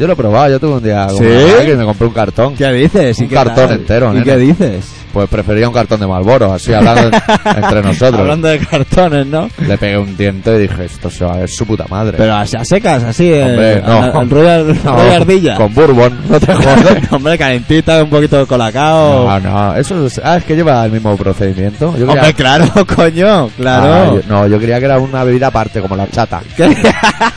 S2: Yo lo he probado, yo tuve un día con
S1: ¿Sí?
S2: una gana que me compré un cartón.
S1: ¿Qué dices? ¿Y
S2: Un
S1: qué
S2: cartón
S1: tal?
S2: entero,
S1: ¿Y
S2: nene.
S1: qué dices?
S2: Pues prefería un cartón de Malboro, así hablando en- entre nosotros.
S1: Hablando de cartones, ¿no?
S2: Le pegué un diente y dije, esto se va a ver su puta madre.
S1: Pero a, a secas, así, eh,
S2: Hombre, no.
S1: al- al rollo, al
S2: No,
S1: rollo ardilla.
S2: Con bourbon, no te jodas.
S1: Hombre, calentita, un poquito de colacao.
S2: No, no, eso es, ah, es que lleva el mismo procedimiento. Yo creía-
S1: Hombre, claro, coño,
S2: Ah,
S1: claro.
S2: yo- no, yo creía que era una bebida aparte, como la chata,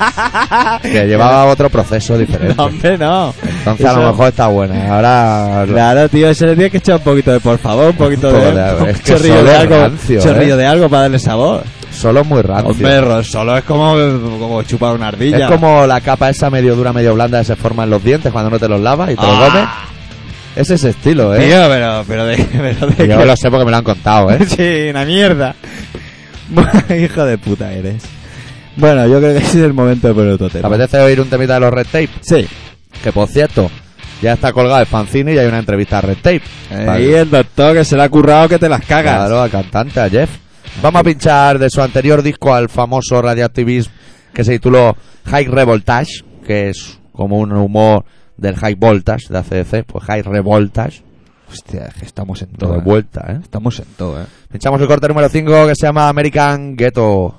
S2: que llevaba otro proceso diferente.
S1: No, hombre, no.
S2: Entonces a
S1: Eso-
S2: lo mejor está buena. ¿eh? Ahora
S1: Claro, tío, ese le tiene que echar un poquito de por favor, un poquito
S2: Un poco
S1: de,
S2: de-
S1: un
S2: es que
S1: chorrillo
S2: solo
S1: de
S2: es
S1: algo,
S2: rancio,
S1: chorrillo
S2: ¿eh?
S1: de algo para darle sabor.
S2: solo es muy rancio.
S1: Hombre, ro- solo es como, como chupar una ardilla.
S2: es como la capa esa medio dura, medio blanda que se forma en los dientes cuando no te los lavas y te los comes.
S1: Ah,
S2: Es ese estilo, ¿eh?
S1: Tío, pero, pero de, pero de
S2: Yo
S1: qué-
S2: lo sé porque me lo han contado, ¿eh?
S1: Sí, una mierda. Hijo de puta eres. Bueno, yo creo que ese es el momento de poner otro
S2: ¿Te
S1: tema.
S2: apetece oír un temita de los Red Tape?
S1: Sí.
S2: Que por cierto, ya está colgado el fanzine y hay una entrevista a Red Tape.
S1: Ahí el doctor que se le ha currado que te las cagas.
S2: Claro, al cantante, a Jeff. Vamos a pinchar de su anterior disco al famoso Radioactivism que se tituló High Revoltage, que es como un humor del High Voltage de ACDC, pues High Revoltage,
S1: Hostia, es que estamos en
S2: todo
S1: todo.
S2: de
S1: ¿eh?
S2: vuelta, ¿eh?
S1: Estamos en todo, eh.
S2: Pinchamos el corte número 5 que se llama American Ghetto.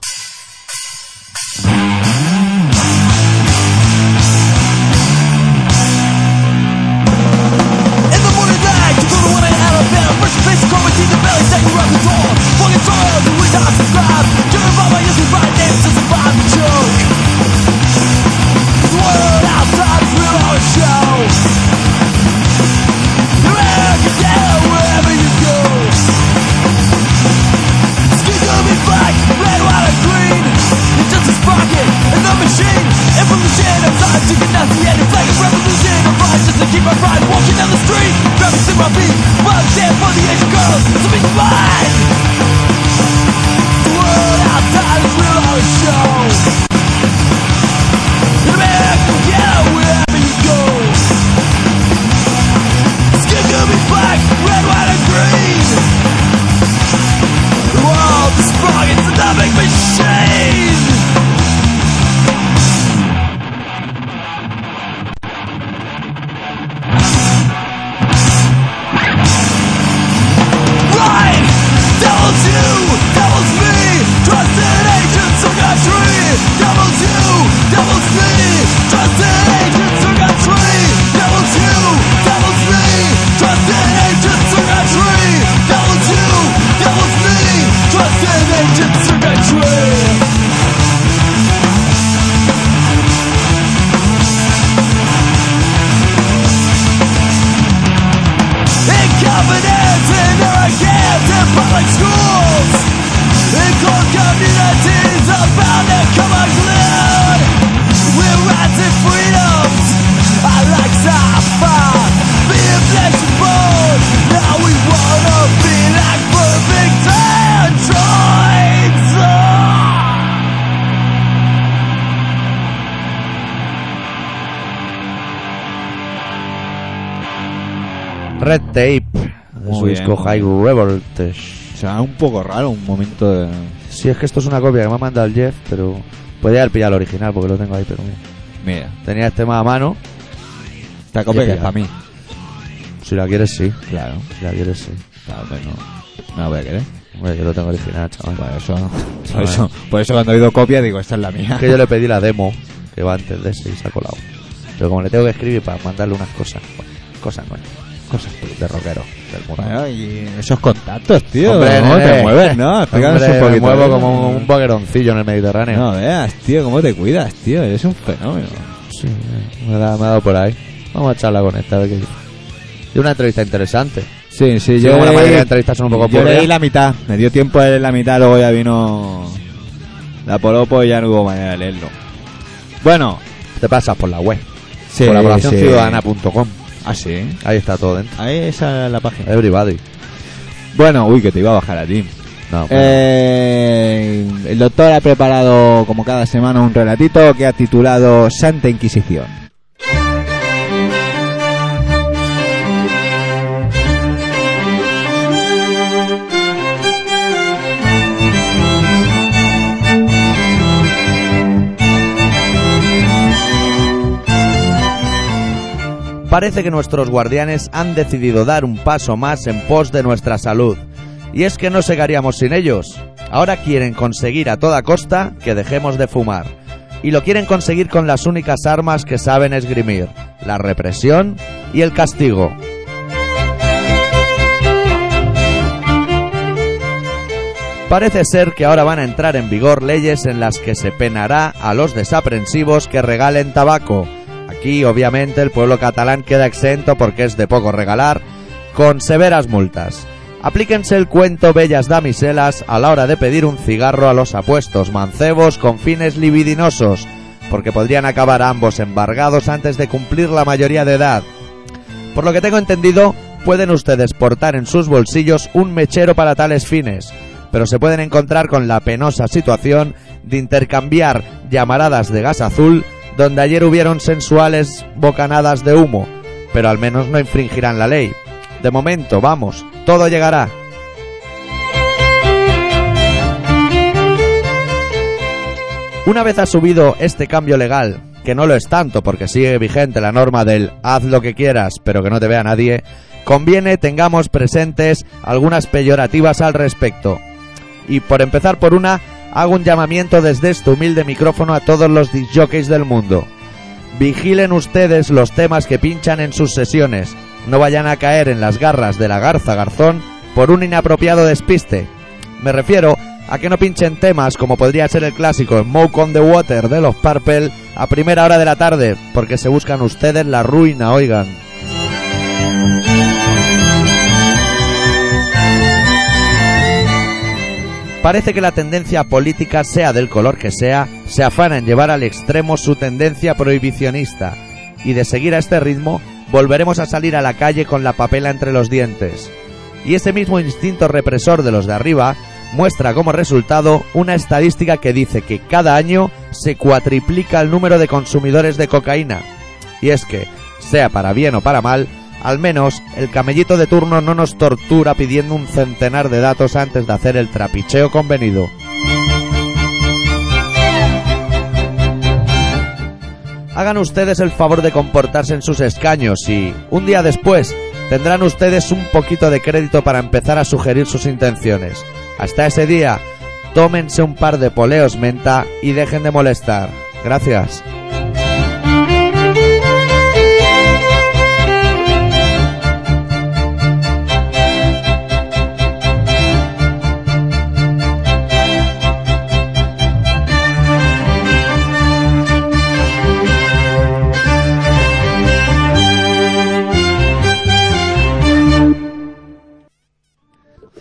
S3: In the morning light, you go to women out of bed. First you face the car between the bellies that you ever tore. Fucking trial, the way I subscribe. You're involved by using right names to survive the joke. The world outside is real our show. You're American down wherever you go. Skin gonna be black, red, white, and green. It's just a sprocket.
S2: Red Tape de
S1: Muy
S2: su
S1: bien.
S2: disco High Revoltage.
S1: Se va un poco raro un momento de...
S2: Si es que esto es una copia que me ha mandado el Jeff, pero podría haber pillado el original porque lo tengo ahí, pero mira.
S1: Mira,
S2: Tenía el tema a mano,
S1: esta copia
S2: Ya,
S1: que
S2: ya.
S1: es para mí.
S2: si la quieres sí,
S1: Claro,
S2: si la quieres sí.
S1: claro, pero no, no la voy a querer.
S2: Hombre, yo lo tengo original, chaval.
S1: Por eso, por eso, por eso cuando he oído copia digo, esta es la mía.
S2: Es eh. que yo le pedí la demo que va antes de ese y se ha colado. Pero como le tengo que escribir para mandarle unas cosas, bueno, cosas nuevas, cosas de rockero del mundo.
S1: Bueno, y esos contactos, tío.
S2: Hombre,
S1: ¿Cómo
S2: nene.
S1: te mueves, no? Explícanos
S2: Hombre,
S1: un poquito. ¿eh?
S2: me muevo como un boqueroncillo en el Mediterráneo.
S1: No veas, tío, cómo te cuidas, tío. Eres un fenómeno.
S2: Sí, eh, me, da- me ha dado por ahí. Vamos a charlar con esta. a ver qué dice. Y una entrevista interesante.
S1: Sí, sí,
S2: Sí,
S1: yo...
S2: como la mayoría
S1: leí-
S2: de entrevistas son un poco
S1: Yo
S2: aburridas.
S1: leí la mitad. Me dio tiempo a leer la mitad, luego ya vino... La polopo y ya no hubo manera de leerlo. Bueno.
S2: Te pasas por la web.
S1: Sí,
S2: Colaboracionciudadana.com.
S1: Ah, sí.
S2: Ahí está todo dentro.
S1: Ahí esa es la página.
S2: Everybody.
S1: Bueno, uy, que te iba a bajar a ti.
S2: No,
S1: Eh, el doctor ha preparado, como cada semana, un relatito que ha titulado Santa Inquisición.
S2: Parece que nuestros guardianes han decidido dar un paso más en pos de nuestra salud. Y es que no segaríamos sin ellos. Ahora quieren conseguir a toda costa que dejemos de fumar. Y lo quieren conseguir con las únicas armas que saben esgrimir, la represión y el castigo. Parece ser que ahora van a entrar en vigor leyes en las que se penará a los desaprensivos que regalen tabaco. Aquí, obviamente, el pueblo catalán queda exento porque es de poco regalar, con severas multas. Aplíquense el cuento, bellas damiselas, a la hora de pedir un cigarro a los apuestos mancebos con fines libidinosos, porque podrían acabar ambos embargados antes de cumplir la mayoría de edad. Por lo que tengo entendido, pueden ustedes portar en sus bolsillos un mechero para tales fines, pero se pueden encontrar con la penosa situación de intercambiar llamaradas de gas azul donde ayer hubieron sensuales bocanadas de humo, pero al menos no infringirán la ley. De momento, vamos, todo llegará. Una vez asumido este cambio legal, que no lo es tanto porque sigue vigente la norma del haz lo que quieras, pero que no te vea nadie, conviene tengamos presentes algunas peyorativas al respecto. Y por empezar por una, hago un llamamiento desde este humilde micrófono a todos los disjockeys del mundo. Vigilen ustedes los temas que pinchan en sus sesiones, no vayan a caer en las garras de la garza garzón por un inapropiado despiste. Me refiero a que no pinchen temas como podría ser el clásico Smoke on the Water de los Purple a primera hora de la tarde, porque se buscan ustedes la ruina, oigan. Parece que la tendencia política, sea del color que sea, se afana en llevar al extremo su tendencia prohibicionista. Y de seguir a este ritmo, volveremos a salir a la calle con la papela entre los dientes. Y ese mismo instinto represor de los de arriba muestra como resultado una estadística que dice que cada año se cuatriplica el número de consumidores de cocaína. Y es que, sea para bien o para mal, al menos el camellito de turno no nos tortura pidiendo un centenar de datos antes de hacer el trapicheo convenido. Hagan ustedes el favor de comportarse en sus escaños y, un día después, tendrán ustedes un poquito de crédito para empezar a sugerir sus intenciones. Hasta ese día, tómense un par de poleos menta y dejen de molestar. Gracias.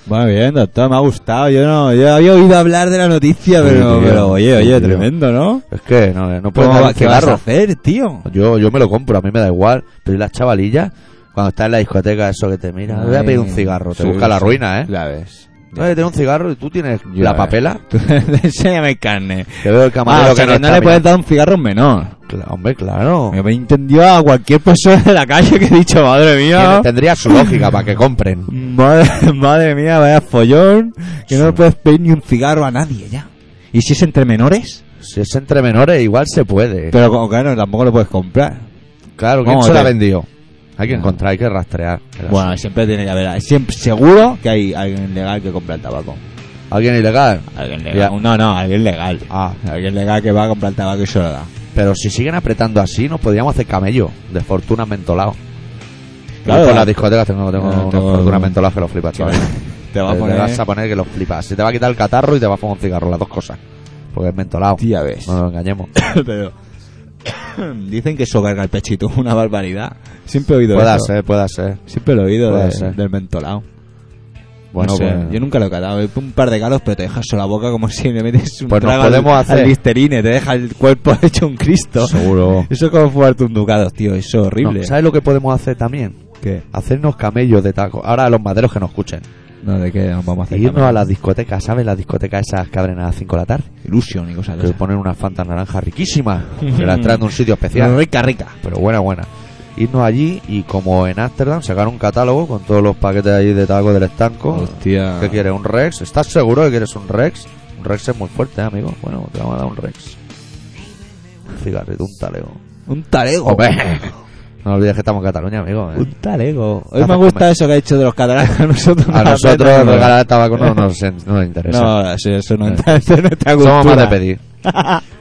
S1: Bueno, bien, doctor, me ha gustado. Yo no, yo había oído hablar de la noticia,
S2: Sí,
S1: pero,
S2: tío,
S1: pero oye,
S2: sí,
S1: oye,
S2: tío.
S1: tremendo, ¿no?
S2: Es que no, no
S1: ¿Cómo
S2: puedo dar
S1: va-
S2: un
S1: ¿Qué vas a
S2: cigarro.
S1: hacer, tío?
S2: Yo, yo me lo compro, a mí me da igual. Pero ¿y las chavalillas, cuando está en la discoteca, eso que te mira, voy a pedir un
S1: Ay,
S2: cigarro, te
S1: sí,
S2: busca la
S1: sí.
S2: ruina, ¿eh?
S1: La ves.
S2: Oye, tengo un cigarro y tú tienes
S1: Yo,
S2: la
S1: eh,
S2: papela.
S1: tú- Enséñame carne.
S2: Que veo el
S1: Ah,
S2: camarero
S1: o sea,
S2: que
S1: que no
S2: está
S1: le puedes
S2: mirando.
S1: dar un cigarro a un menor.
S2: Cla- Hombre, claro.
S1: Me he entendido a cualquier persona de la calle que he dicho, madre mía.
S2: Tiene- Tendría su lógica para que compren.
S1: Madre, madre mía, vaya follón. Que no le puedes pedir ni un cigarro a nadie ya. ¿Y si es entre menores?
S2: Si es entre menores, igual se puede.
S1: Pero como- claro, tampoco lo puedes comprar.
S2: Claro, ¿quién
S1: Vamos,
S2: se la
S1: te-
S2: vendió? Hay que encontrar, hay que rastrear. el
S1: Bueno,
S2: asunto.
S1: siempre tiene que haber. Siempre, seguro que hay alguien legal que compra el tabaco.
S2: ¿Alguien ilegal?
S1: Alguien
S2: Ya.
S1: legal. No, no, alguien legal.
S2: Ah,
S1: Alguien legal que va a comprar el tabaco y se lo da.
S2: pero si siguen apretando así, nos podríamos hacer camello de fortuna mentolado.
S1: Claro.
S2: Claro, con las discotecas tengo, tengo
S1: Ah,
S2: unas
S1: tengo-
S2: fortunas mentoladas que lo flipas, chaval.
S1: Te va a
S2: Te
S1: poner.
S2: vas a poner que lo flipas. Se te va a quitar el catarro y te va a poner un cigarro, las dos cosas. Porque es mentolado.
S1: Tía, ves.
S2: No nos engañemos.
S1: Pero. Dicen que eso carga el pechito, una barbaridad. Siempre he oído
S2: pueda
S1: eso.
S2: ser, pueda ser.
S1: Siempre lo he oído
S2: Puede
S1: de-
S2: ser.
S1: del mentolado.
S2: Bueno,
S1: No sé,
S2: pues-
S1: yo nunca lo he catado. He- Un par de galos, pero te dejas solo la boca como si le metes un
S2: Pues nos
S1: trago al-
S2: podemos hacer.
S1: al Listerine, te deja el cuerpo hecho un Cristo.
S2: Seguro.
S1: Eso es como fumarte un ducado, tío, eso es horrible.
S2: No, ¿Sabes lo que podemos hacer también?
S1: ¿Qué?
S2: Hacernos camellos de taco. Ahora a los maderos que nos escuchen.
S1: No, ¿de qué nos vamos a hacer?
S2: irnos
S1: también?
S2: a las discotecas, ¿sabes? Las discotecas esas que abren a las 5 de la tarde.
S1: Illusion y cosas de
S2: Que
S1: esas.
S2: ponen unas fantas naranjas riquísimas. Que las traen de un sitio especial.
S1: Rica, rica.
S2: pero buena, buena. Irnos allí y como en Ámsterdam sacar un catálogo con todos los paquetes allí de taco del estanco.
S1: Hostia.
S2: ¿Qué quieres? ¿Un Rex? ¿Estás seguro que quieres un Rex? Un Rex es muy fuerte, ¿eh, amigo. Bueno, te vamos a dar un Rex. Un cigarrito, un taleo.
S1: Un talego.
S2: Hombre, No olvides que estamos en Cataluña, amigo. ¿eh?
S1: Un talego. Hoy
S2: Haces
S1: me gusta
S2: comer.
S1: eso que ha dicho de los catalanes. A nosotros,
S2: A
S1: nos
S2: nosotros
S1: afecta, ¿no?
S2: regalar tabaco no nos, en- no nos interesa.
S1: No, eso, eso no está eso no
S2: Eh.
S1: está
S2: Somos más
S1: cultura.
S2: de pedir.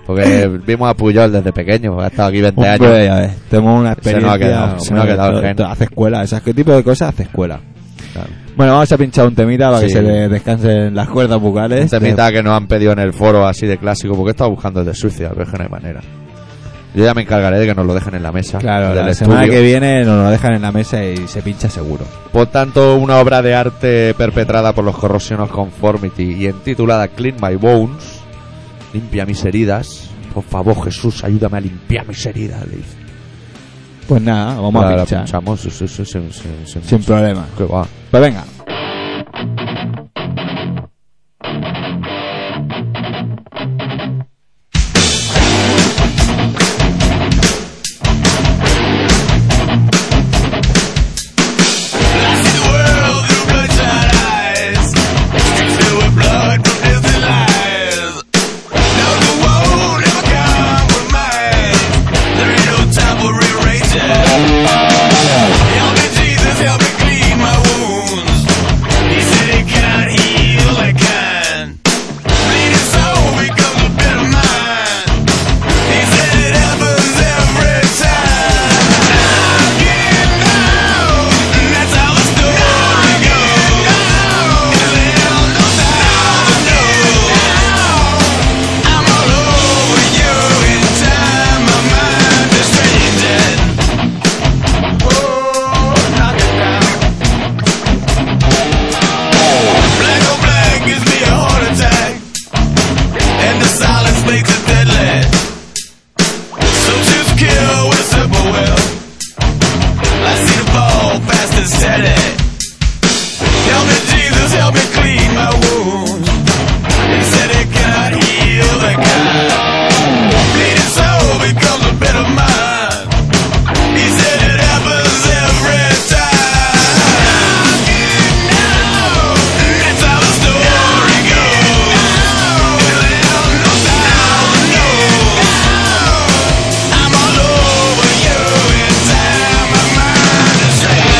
S2: Porque vimos a Puyol desde pequeño, ha estado aquí 20 años.
S1: Hombre, ya ves, tenemos una
S2: Se
S1: experiencia.
S2: nos ha quedado, se nos ha
S1: hombre,
S2: quedado el
S1: esto-
S2: gen.
S1: esto Hace escuela, esas qué tipo de cosas hace escuela.
S2: Claro.
S1: Bueno, vamos a pinchar un temita para que
S2: Sí.
S1: se le descansen las cuerdas bucales.
S2: Esta mitad que nos han pedido en el foro así de clásico, porque he estado buscando el de Suiza, pero es que no hay manera. Yo ya me encargaré de que nos lo dejen en la mesa.
S1: Claro,
S2: del
S1: la
S2: estudio.
S1: semana que viene nos lo dejan en la mesa y se pincha seguro.
S2: Por tanto, una obra de arte perpetrada por los Corrosion of Conformity y entitulada Clean My Bones, limpia mis heridas. Por favor, Jesús, ayúdame a limpiar mis heridas. le dice.
S1: Pues nada, vamos
S2: La-
S1: a
S2: la
S1: pinchar.
S2: pinchamos, sí, sí, sí, sí, sí, sí.
S1: Sin problema.
S2: Que va.
S1: Pues venga.
S4: oh, Said it. Help me, Jesus, help me clean my wounds. He said it cannot heal the kind. Bleeding soul becomes a bit of mine. He said it happens every time. That's how the story goes. I'm all over you in time. My mind is changing.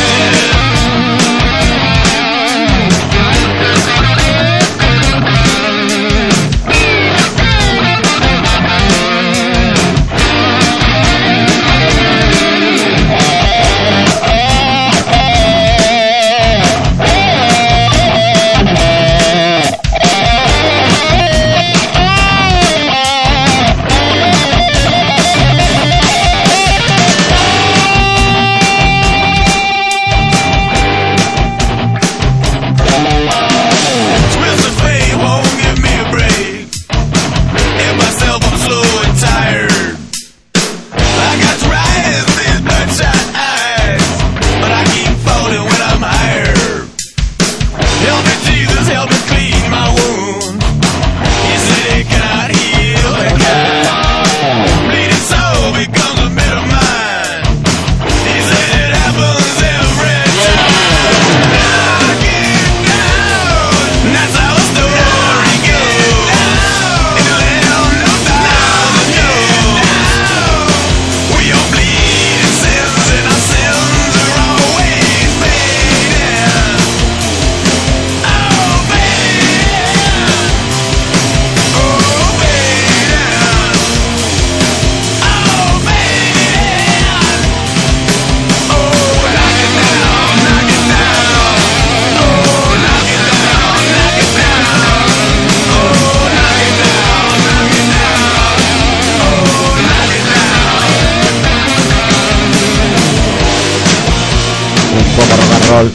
S2: poco rock and roll.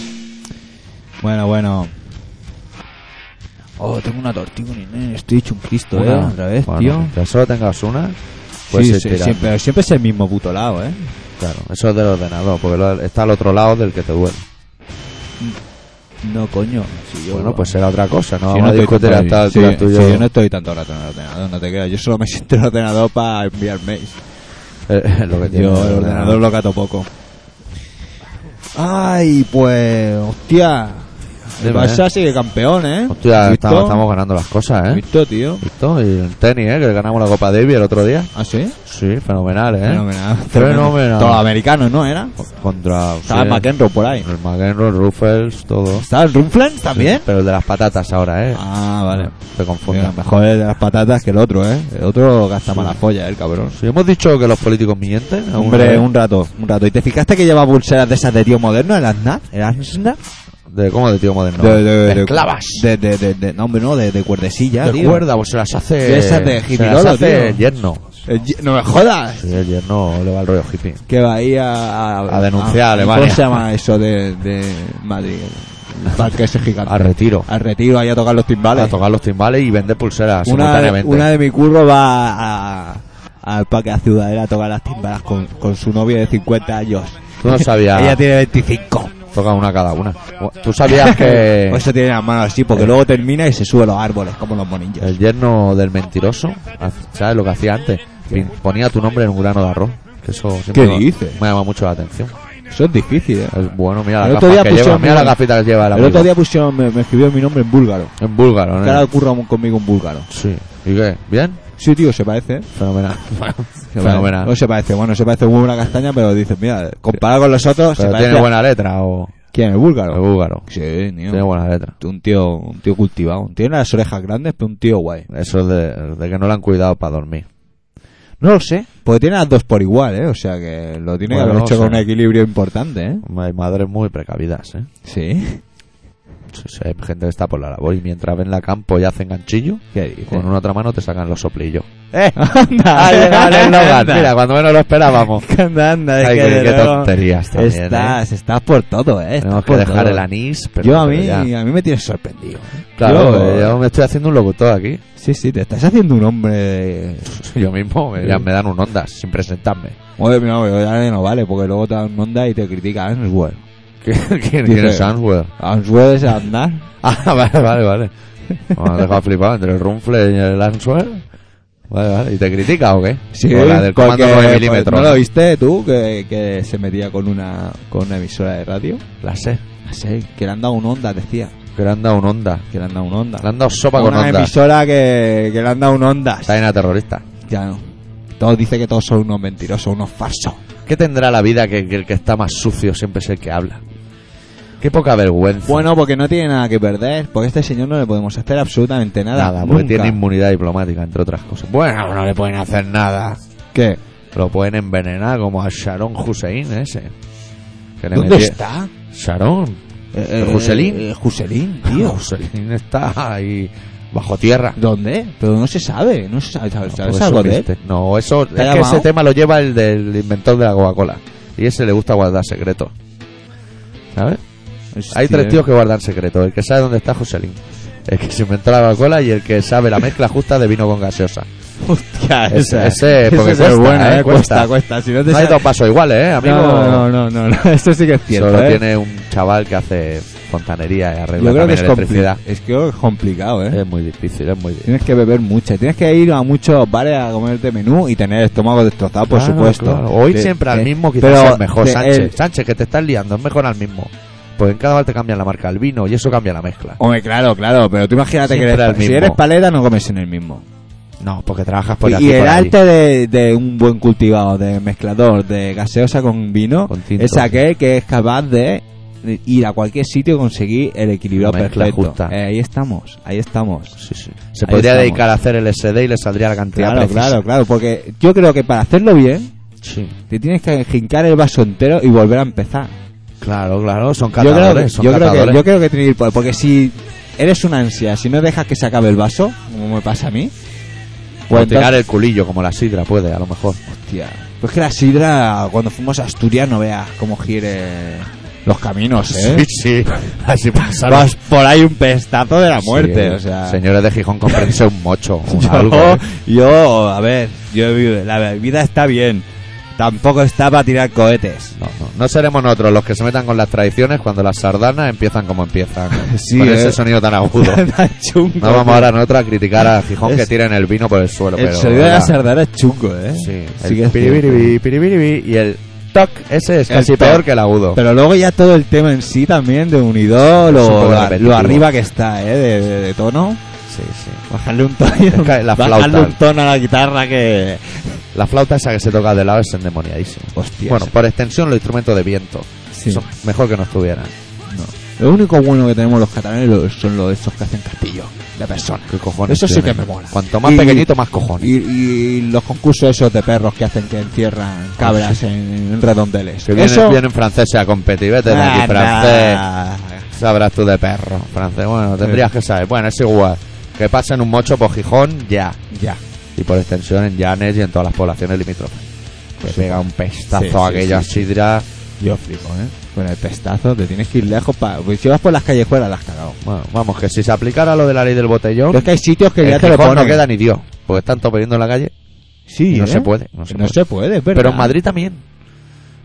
S1: Bueno, bueno. Oh, tengo una tortilla, nene. Estoy hecho un Cristo, ¿eh?
S2: Una.
S1: Otra vez,
S2: Bueno, pues
S1: tío.
S2: mientras solo tengas una, puedes
S1: sí,
S2: ir
S1: sí,
S2: tirando.
S1: siempre, pero siempre es el mismo puto lado, ¿eh?
S2: Claro, eso es del ordenador, porque lo- está al otro lado del que te duele.
S1: No, coño. Si yo,
S2: Bueno, pues será otra cosa, no
S1: si
S2: vamos
S1: yo
S2: a
S1: estoy
S2: discutir
S1: tanto-
S2: hasta
S1: sí,
S2: altura tuyo. eh,
S1: sí, yo no estoy tanto rato en el ordenador, no te creas. Yo solo me siento en el ordenador para enviar mails.
S2: Eh, lo que tiene
S1: Yo el ordenador lo cato poco. Ay, pues, hostia. El
S2: Dime,
S1: Barça sigue campeón, ¿eh?
S2: Hostia,
S1: ¿Has visto?
S2: estamos, estamos ganando las cosas,
S1: ¿Has
S2: ¿eh?
S1: visto, tío?
S2: ¿Visto? Y el tenis, ¿eh? Que ganamos la Copa Davis el otro día.
S1: ¿Ah, sí?
S2: Sí, fenomenal, ¿eh?
S1: Fenomenal.
S2: Fenomenal.
S1: Todo americano, ¿no era?
S2: Contra...
S1: Estaba
S2: sí,
S1: McEnroe por ahí.
S2: El McEnroe, Ruffles, todo.
S1: ¿Estaba el Rumflens también?
S2: Sí, pero el de las patatas ahora, ¿eh?
S1: Ah, vale.
S2: Te confundas.
S1: Mira, mejor el de las patatas que el otro, ¿eh? El otro gasta mala folla, ¿eh, el cabrón.
S2: Si hemos dicho que los políticos mienten, ¿alguna
S1: Hombre,
S2: vez?
S1: un rato, un rato. ¿Y te fijaste que lleva pulseras de esas de tío moderno, el Aznar? ¿El Aznar?
S2: ¿De cómo de tío moderno? esclavas.
S1: De, de, de, de- no, hombre, no, de, de cuerdecilla,
S2: De
S1: tío.
S2: cuerda, pues se las hace.
S1: Sí, esas de
S2: se
S1: gipirolo,
S2: las hace
S1: tío.
S2: yerno.
S1: Eh, ye- no me jodas.
S2: Sí, el yerno le va el rollo hippie.
S1: Que va ahí a... A,
S2: A denunciar a Alemania.
S1: ¿Cómo se llama eso de, de Madrid? El parque ese gigante.
S2: Al retiro.
S1: Al retiro, ahí a tocar los timbales.
S2: A tocar los timbales y vender pulseras
S1: una, de,
S2: simultáneamente.
S1: una de mi curro va a- al Parque a Ciudadela a tocar las timbalas con, con su novia de 50 años.
S2: Tú no sabías.
S1: Ella tiene 25.
S2: Toca una cada una. Tú sabías que.
S1: Por eso tiene las manos así, porque
S2: Eh.
S1: luego termina y se sube a los árboles, como los monillos.
S2: El yerno del mentiroso, haz- ¿sabes lo que hacía antes? Pin- Ponía tu nombre en un grano de arroz. Que eso siempre
S1: ¿Qué
S2: me-
S1: dices?
S2: Me llama mucho la atención.
S1: Eso es difícil, ¿eh?
S2: Es bueno, mira
S1: El
S2: la
S1: otro
S2: gafas
S1: día
S2: que lleva.
S1: pusieron
S2: Mira
S1: mi-
S2: la gafita que lleva. la
S1: El otro
S2: amigo. Eh.
S1: día pusieron, me, me escribió mi nombre en búlgaro.
S2: En búlgaro,
S1: Que ahora
S2: ¿no?
S1: curra mu- conmigo en búlgaro.
S2: Sí. ¿Y qué? ¿Bien?
S1: Sí, tío, se parece, ¿eh?
S2: Fenomenal.
S1: Se parece.
S2: Fenomenal.
S1: No se parece, bueno, se parece muy buena castaña, pero dices, mira, comparado con los otros, se
S2: Pero
S1: parece.
S2: tiene
S1: a-
S2: buena letra o.
S1: ¿Quién? ¿El
S2: El
S1: búlgaro?
S2: búlgaro.
S1: Sí, tío.
S2: Tiene buena letra.
S1: Un tío, un tío cultivado. Tiene las orejas grandes, pero un tío guay.
S2: Eso es de, de que no lo han cuidado para dormir.
S1: No lo sé. Porque tiene las dos por igual, ¿eh? O sea que lo tiene
S2: Bueno,
S1: que haber
S2: no
S1: hecho
S2: sé.
S1: con un equilibrio importante, ¿eh?
S2: Hay madres muy precavidas, ¿eh?
S1: Sí.
S2: Sí, sí, hay gente que está por la labor y mientras ven la campo y hacen ganchillo,
S1: ¿Qué dices?
S2: con una otra mano te sacan los soplillos.
S1: ¡Eh! ¡Anda!
S2: ¡Ah, llega el eslogan!
S1: anda.
S2: Mira, cuando menos lo esperábamos.
S1: ¡Anda, anda! Es
S2: Ay,
S1: que
S2: qué,
S1: de
S2: qué
S1: luego
S2: tonterías también, ¿eh?
S1: Estás, estás por todo, ¿eh? Estás
S2: Tenemos que
S1: por
S2: dejar
S1: todo.
S2: el anís, pero...
S1: Yo a
S2: pero
S1: mí,
S2: ya.
S1: a mí me tienes sorprendido.
S2: Claro,
S1: Yo-
S2: eh, yo me estoy haciendo un locutor aquí.
S1: Sí, sí, te estás haciendo un hombre de...
S2: Yo mismo, me, ya me dan un ondas sin presentarme.
S1: Oye, mira, oye, ya no vale, porque luego te dan onda y te critica Answer.
S2: ¿Quién
S1: Dice-
S2: quién es Answer?
S1: Answer es andar.
S2: Ah, vale, vale, vale. Me han dejado flipado entre el Rumfle y el Answer. Vale, vale. ¿Y te critica o qué? O la del comando
S1: cualquier-
S2: 9 milímetros.
S1: pues, ¿No lo viste tú? Que, que se metía con una, con una emisora de radio.
S2: La sé.
S1: Sí, que le han dado un onda, decía.
S2: Que le han dado un onda.
S1: Que le han dado un onda.
S2: Le han dado sopa con
S1: una
S2: onda.
S1: emisora que, que le han dado un onda.
S2: Está en la terrorista.
S1: Ya no. Todos dicen que todos son unos mentirosos, unos falsos.
S2: ¿Qué tendrá la vida que, que el que está más sucio siempre es el que habla? Qué poca vergüenza.
S1: Bueno, porque no tiene nada que perder. Porque a este señor no le podemos hacer absolutamente nada.
S2: nada, porque
S1: nunca.
S2: tiene inmunidad diplomática, entre otras cosas. Bueno, no le pueden hacer nada.
S1: ¿Qué?
S2: Lo pueden envenenar como a Sharon Hussein ese. Que le
S1: ¿Dónde
S2: metía-
S1: está?
S2: Sharon.
S1: Eh,
S2: ¿El Juscelín?
S1: eh, Juscelín,
S2: Tío,
S1: tío.
S2: Hussein está ahí bajo tierra.
S1: ¿Dónde? Pero no se sabe. No se sabe. ¿Sabes,
S2: No,
S1: sabes
S2: eso
S1: algo de este? él?
S2: viste. No, eso es
S1: ¿Te ha
S2: que
S1: llamado?
S2: ese tema lo lleva el del inventor de la Coca-Cola. Y ese le gusta guardar secretos. ¿Sabes? Hay tres
S1: Hostia. eh.
S2: tíos que guardan secretos. El que sabe dónde está Joselín. El que se inventó la Coca-Cola y el que sabe la mezcla justa de vino con gaseosa.
S1: Hostia,
S2: Ese-
S1: esa.
S2: ese, porque
S1: Esa es
S2: cuesta,
S1: buena,
S2: eh,
S1: eh, cuesta,
S2: cuesta.
S1: cuesta. Si no te
S2: No hay
S1: sale-
S2: dos pasos iguales, ¿eh, amigo?
S1: No, no, no, no, no. Esto sí que es cierto.
S2: Solo
S1: eh.
S2: tiene un chaval que hace fontanería y arregla
S1: Yo creo que
S2: también
S1: es,
S2: electricidad.
S1: compli- es que es complicado, ¿eh?
S2: Es muy difícil, es muy difícil.
S1: Tienes que beber mucho, tienes que ir a muchos bares a comerte menú y tener el estómago destrozado, por
S2: Claro,
S1: supuesto.
S2: claro. O ir
S1: Te-
S2: siempre al
S1: te-
S2: mismo, quizás
S1: pero
S2: sea el mejor,
S1: te-
S2: Sánchez.
S1: el-
S2: Sánchez, que te estás liando, es mejor al mismo. Pues en cada bar te cambian la marca del vino y eso cambia la mezcla.
S1: Hombre, claro, claro, pero tú imagínate
S2: Siempre
S1: que eres,
S2: al
S1: pa- si
S2: mismo.
S1: eres paleta no comes en el mismo.
S2: No, porque trabajas por
S1: y
S2: aquí.
S1: y el
S2: por allí.
S1: arte de, de un buen cultivado, de mezclador, de gaseosa con vino,
S2: Con tinto.
S1: es aquel que es capaz de ir a cualquier sitio y conseguir el equilibrio
S2: La mezcla
S1: perfecto.
S2: justa.
S1: Eh, ahí estamos, ahí estamos.
S2: Sí, sí. Se
S1: Ahí
S2: podría
S1: estamos.
S2: dedicar a hacer el SD y le saldría la cantidad
S1: Claro,
S2: precisa.
S1: claro, claro, porque yo creo que para hacerlo bien,
S2: Sí.
S1: te tienes que jincar el vaso entero y volver a empezar.
S2: Claro, claro, son
S1: Yo creo, que,
S2: catadores, son
S1: yo, creo que,
S2: catadores.
S1: yo creo que tiene que ir por- porque si eres una ansia, si no dejas que se acabe el vaso, como me pasa a mí,
S2: O
S1: pues
S2: tirar
S1: entonces-
S2: el culillo como la sidra puede, a lo mejor.
S1: hostia, pues que la sidra, cuando fuimos a Asturias, no veas cómo gire Los caminos, ¿eh?
S2: Sí, sí. Así pasaron.
S1: Vas por ahí un pestazo de la muerte,
S2: Sí,
S1: o sea.
S2: Señores de Gijón, comprense un mocho. un algo, ¿eh?
S1: Yo, yo, a ver, yo he vivido- la vida está bien. Tampoco está para tirar cohetes.
S2: No, no, no seremos nosotros los que se metan con las tradiciones cuando las sardanas empiezan como empiezan.
S1: Sí,
S2: con
S1: ¿eh?
S2: ese sonido tan agudo.
S1: Tan chungo.
S2: No vamos ahora nosotros a criticar a Gijón
S1: Es-
S2: que tiren el vino por el suelo.
S1: El
S2: pero,
S1: sonido de la
S2: ¿verdad?
S1: sardana es chungo, ¿eh?
S2: Sí,
S1: Sí que
S2: el
S1: es
S2: piribiribi, piribiribi y el toc, ese es
S1: El
S2: casi
S1: toc.
S2: peor que el agudo.
S1: Pero luego ya todo el tema en sí también de Unidol,
S2: Es un poco
S1: lo, lo,
S2: repetitivo.
S1: arriba que está, ¿eh? De, de- de tono.
S2: Sí, sí.
S1: Bajarle un tono,
S2: que la flauta.
S1: bajarle un tono a la guitarra que...
S2: La flauta esa que se toca de lado es endemoniadísima.
S1: Hostia.
S2: Bueno, por extensión los instrumentos de viento.
S1: Sí.
S2: Son mejor que no estuvieran.
S1: Lo único bueno que tenemos los catalanes lo- son los esos que hacen castillo de persona.
S2: ¿Qué cojones
S1: Eso sí
S2: tienen?
S1: que me mola.
S2: Cuanto más
S1: Y-
S2: pequeñito, más cojones.
S1: Y, y los concursos esos de perros que hacen que encierran cabras en, en redondeles.
S2: Ah, que vienen,
S1: Eso...
S2: vienen franceses a competir. Vete de aquí,
S1: Ah,
S2: francés.
S1: nah.
S2: Sabrás tú de perro, francés. Bueno, tendrías que saber. Bueno, es igual. Que pasen un mocho por Gijón ya.
S1: Ya.
S2: Y por extensión en Llanes y en todas las poblaciones limítrofes. Que pega un pestazo
S1: Sí, sí,
S2: a aquella
S1: sí, sí.
S2: sidra.
S1: Yo flipo, ¿eh? Con el pestazo te tienes que ir lejos para... Pues si vas por las callejuelas las has cagado.
S2: Bueno, vamos, que si se aplicara lo de la ley del botellón,
S1: Pero es que hay sitios que
S2: en
S1: ya te lo
S2: Gijón
S1: ponen.
S2: no queda ni Dios. Porque tanto pidiendo en la calle.
S1: Sí,
S2: y no
S1: ¿eh?
S2: se puede, no se
S1: No
S2: puede.
S1: se puede, es verdad.
S2: Pero en Madrid también.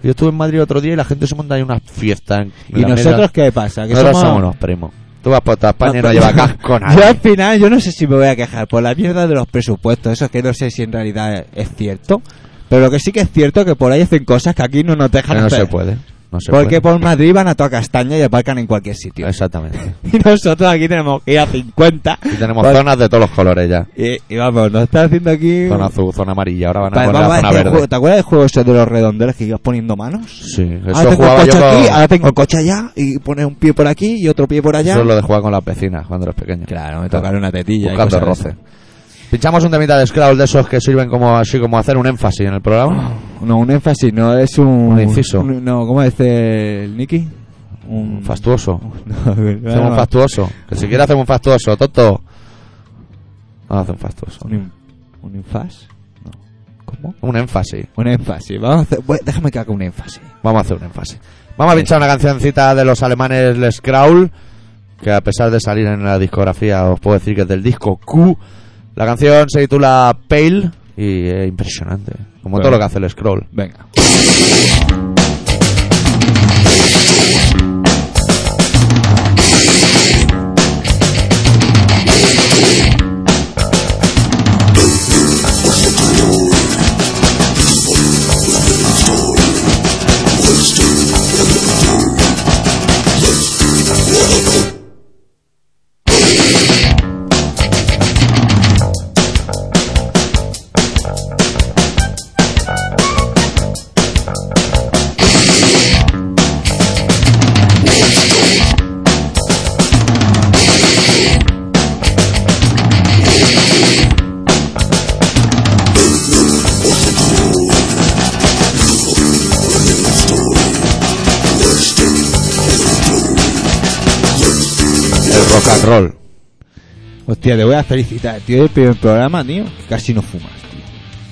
S2: Yo estuve en Madrid otro día y la gente se monta ahí una fiesta. En
S1: ¿Y
S2: la
S1: nosotros
S2: mierda.
S1: qué pasa? Que
S2: Nosotros
S1: somos...
S2: somos unos primos. Tú vas por toda España y no llevas casco
S1: Yo
S2: nada.
S1: al final, yo no sé si me voy a quejar por la mierda de los presupuestos, eso que no sé si en realidad es cierto. Pero lo que sí que es cierto es que por ahí hacen cosas que aquí no nos dejan
S2: No
S1: hacer.
S2: se puede. No se
S1: Porque
S2: puede.
S1: por Madrid van a toda castaña y aparcan en cualquier sitio.
S2: Exactamente.
S1: Y nosotros aquí tenemos que ir a 50.
S2: Y tenemos
S1: Por-
S2: zonas de todos los colores ya.
S1: Y, y vamos, nos está haciendo aquí...
S2: Zona azul, zona amarilla, ahora van a
S1: Pa-
S2: poner
S1: vamos
S2: la
S1: a
S2: zona
S1: hacer
S2: verde.
S1: juego- ¿Te acuerdas del juego ese de los redondeles que ibas poniendo manos?
S2: Sí,
S1: Ahora
S2: eso
S1: tengo el
S2: jugaba yo
S1: coche aquí, Ah,
S2: con...
S1: ahora tengo el coche allá y pones un pie por aquí y otro pie por allá.
S2: Eso es lo de jugar con las vecinas cuando eras pequeño.
S1: Claro, me tocaron una tetilla. y
S2: Buscando
S1: cosas de
S2: roce. Pinchamos un temita de Scrawl de esos que sirven como así como hacer un énfasis en el programa.
S1: esas. No, un énfasis, no, es un...
S2: Un inciso.
S1: un- no, ¿cómo dice el Nicky? Un...
S2: Fastuoso.
S1: No,
S2: Hacemos
S1: no,
S2: un fastuoso. Que si quieres hacemos un fastuoso, tonto. No, hace un fastuoso.
S1: Un, em- in- un infas. No. ¿Cómo?
S2: Un énfasis.
S1: Un énfasis. Vamos a hacer... bueno, déjame que haga un énfasis.
S2: Vamos a hacer un énfasis. Vamos a pinchar una cancioncita de los alemanes Les Kraul, que a pesar de salir en la discografía, os puedo decir que es del disco Q. La canción se titula Pale y es impresionante. Como
S1: Bueno.
S2: todo lo que hace el Scroll.
S1: Venga.
S2: El rock and roll.
S1: Hostia, te voy a felicitar, tío. El primer programa, tío. que Casi no fumas, tío.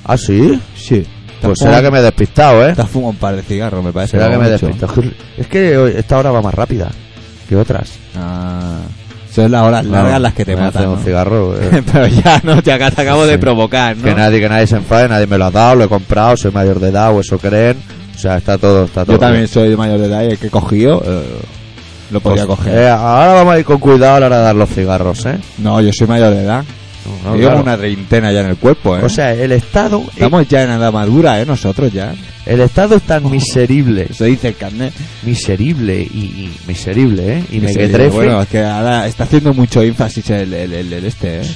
S2: ¿Ah, sí?
S1: Sí.
S2: Pues será que me he despistado, ¿eh?
S1: Te has fumado un par de cigarros, me parece.
S2: Será que
S1: no
S2: me he
S1: mucho.
S2: despistado. Es que hoy- esta hora va más rápida que otras.
S1: Ah, son las horas largas
S2: No,
S1: las que te
S2: me hace
S1: matan.
S2: un
S1: ¿no?
S2: cigarro. eh.
S1: Pero ya no, ya que te acabo de
S2: Sí.
S1: provocar, ¿no?
S2: Que nadie, que nadie se enfade, nadie me lo ha dado, lo he comprado, soy mayor de edad, o eso creen. O sea, está todo, está todo.
S1: Yo también
S2: bien.
S1: soy de mayor de edad y el que he cogido eh, lo podía
S2: Pues,
S1: coger.
S2: eh, ahora vamos a ir con cuidado a la hora de dar los cigarros, ¿eh?
S1: No, yo soy mayor de edad.
S2: No,
S1: Yo
S2: claro.
S1: llevo una treintena ya en el cuerpo, ¿eh?
S2: O sea, el Estado,
S1: Estamos ya en edad madura, ¿eh? Nosotros ya.
S2: el Estado es tan miserible,
S1: Se dice el carnet.
S2: miserible y, y miserible, ¿eh? Y me
S1: Miseria. Bueno, es que ahora está haciendo mucho énfasis el, el- el- el este, ¿eh?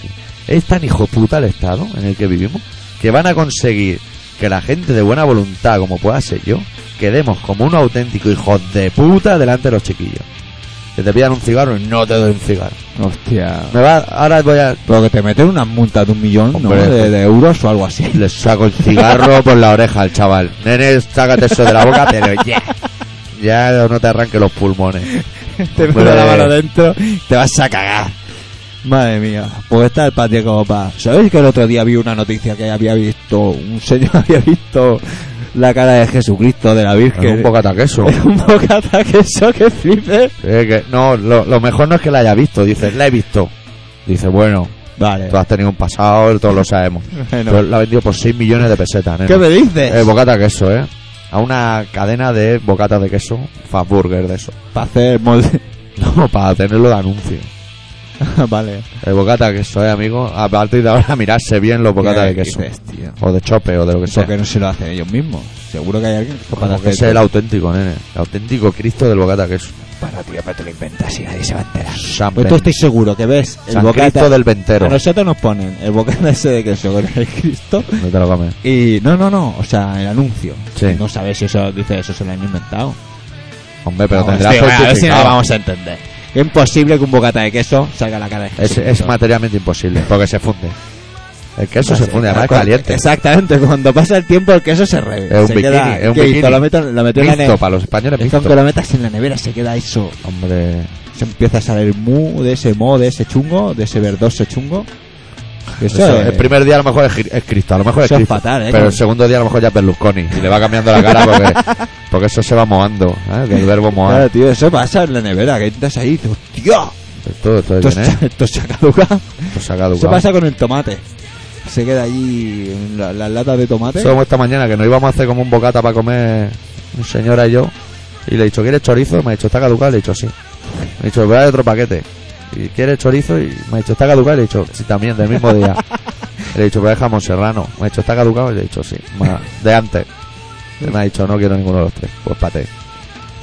S2: Es tan hijo puta el Estado en el que vivimos que van a conseguir que la gente de buena voluntad, como pueda ser yo, quedemos como un auténtico hijo de puta delante de los chiquillos. Que te pidan un cigarro y no te doy un cigarro.
S1: Hostia.
S2: Me va, ahora voy a
S1: Pero que te meten unas multas de un millón, ¿no?
S2: Hombre.
S1: De, de euros o algo así.
S2: Le saco el cigarro por la oreja al chaval. Nene, sácate eso de la boca, pero ya. Ya no te arranque los pulmones.
S1: Te meto
S2: Hombre.
S1: la mano dentro, te vas a cagar. Madre mía, pues está el patio como para. ¿Sabéis que el otro día vi una noticia que había visto, un señor había visto la cara de Jesucristo, de la Virgen.
S2: Es un bocata queso.
S1: Es un bocata queso que flipes.
S2: Eh, que- no, lo, lo mejor no es que la haya visto. Dices, la he visto. Dice, bueno,
S1: Vale.
S2: tú has tenido un pasado, todos lo sabemos.
S1: Bueno.
S2: Pero la ha vendido por 6 millones de pesetas, nena.
S1: ¿Qué me dices?
S2: Eh, bocata queso, eh. A una cadena de bocatas de queso, fast burger de eso.
S1: Para hacer molde.
S2: No, para tenerlo de anuncio.
S1: vale.
S2: El bocata de queso, eh, amigo. A partir de ahora, mirarse bien los bocatas de
S1: ¿Qué
S2: queso.
S1: dices, tío?
S2: O de chope, o de lo que sea.
S1: ¿Por qué no se lo hacen ellos mismos? Seguro que hay alguien que es capaz de
S2: Como que
S1: hacer.
S2: ese es el auténtico, nene. El auténtico Cristo del bocata de queso.
S1: Bueno, tío, pero te lo inventas y nadie se va a enterar.
S2: San,
S1: Pues
S2: Ben-
S1: tú estoy seguro que ves el
S2: San
S1: bocata.
S2: Cristo del
S1: A
S2: Ventero. No
S1: nosotros nos ponen el bocata ese de queso con el Cristo.
S2: te lo comes.
S1: Y no, no, no, o sea, el anuncio.
S2: Sí.
S1: No sabes si eso dice eso se lo han inventado.
S2: Hombre, pero
S1: Vamos,
S2: tendrás
S1: tío, a ver si no lo
S2: certificado.
S1: vamos a entender. Es imposible que un bocata de queso salga a la cara de
S2: Es,
S1: Jesucristo.
S2: es materialmente imposible, porque se funde. El queso se funde, además es
S1: Cuando-
S2: caliente.
S1: Exactamente, cuando pasa el tiempo el queso se re.
S2: Es un
S1: se
S2: bikini,
S1: queda-
S2: es un
S1: ¿qué hizo?
S2: bikini.
S1: Lo meto, lo metió en la
S2: Mixto,
S1: nevera.
S2: para los españoles
S1: Esto
S2: mixto.
S1: aunque lo metas en la nevera se queda eso.
S2: Hombre,
S1: Se empieza a salir mu de ese mo, de ese chungo, de ese verdoso chungo. Eso,
S2: eso,
S1: es,
S2: el primer día a lo mejor es, Gri- es Cristo, a lo mejor es
S1: eso es
S2: Cristo.
S1: fatal, ¿eh?
S2: Pero
S1: Como-
S2: el segundo día a lo mejor ya es Berlusconi y le va cambiando la cara porque, porque eso se va moando, ¿eh? del verbo
S1: Claro,
S2: moar.
S1: tío, eso pasa en la nevera, que entras ahí y dices, ¡hostia!
S2: Todo, todo
S1: Esto,
S2: bien, ¿eh?
S1: está- esto se ha caducado.
S2: Esto se ha caducado.
S1: Eso pasa con el tomate. Se queda allí en la- las latas de tomate.
S2: Eso como esta mañana que nos íbamos a hacer como un bocata para comer mi señora y yo. Y le he dicho, ¿quieres chorizo? Me ha dicho, ¿está caducado? Le he dicho, sí. Me ha dicho, voy a dar otro paquete. Y ¿quieres chorizo? Y me ha dicho, ¿está caducado? Le he dicho, sí, también, del mismo día. le he dicho, voy a jamón serrano. Me ha dicho, ¿está caducado? Le he dicho, sí. Ma- de antes. Y me ha dicho, no quiero ninguno de los tres. Pues pate.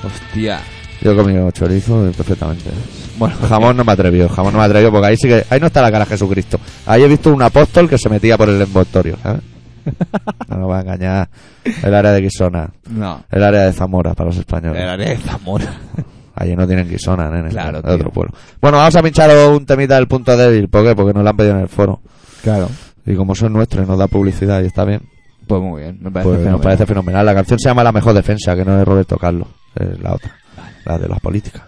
S1: Hostia.
S2: Yo he comido chorizo eh, perfectamente.
S1: Bueno,
S2: Jamón no me atrevió, jamón no me atrevió porque ahí sí que. Ahí no está la cara de Jesucristo. Ahí he visto un apóstol que se metía por el envoltorio, ¿sabes? No nos va a engañar. El área de Quisona.
S1: no.
S2: El área de Zamora para los españoles.
S1: Era de Zamora.
S2: Allí no tienen Quisona, nene.
S1: Claro,
S2: es
S1: tío.
S2: otro pueblo. Bueno, vamos a pinchar un temita del punto débil. ¿Por qué? Porque nos lo han pedido en el foro.
S1: Claro.
S2: Y como son nuestros y nos da publicidad y está bien,
S1: Pues muy bien, me parece.
S2: pues nos
S1: fenomenal.
S2: parece fenomenal. La canción se llama La Mejor Defensa, que no es Roberto Carlos, es la otra. La de las políticas.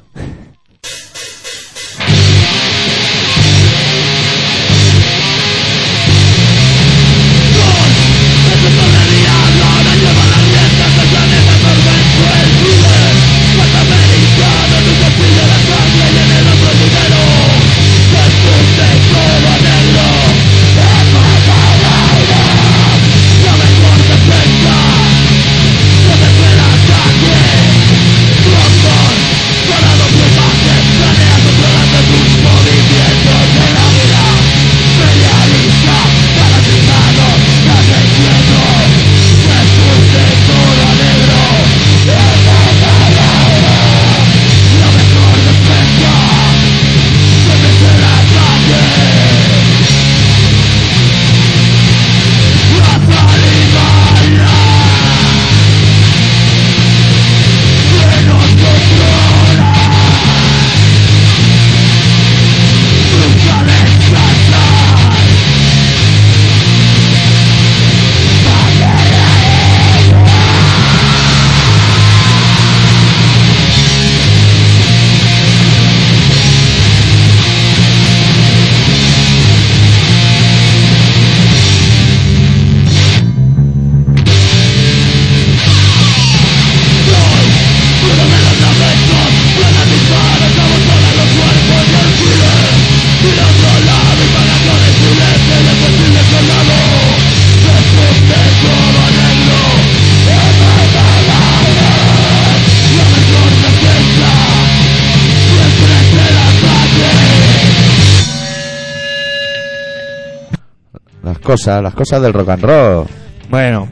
S2: Las cosas, las cosas del rock and roll.
S1: Bueno,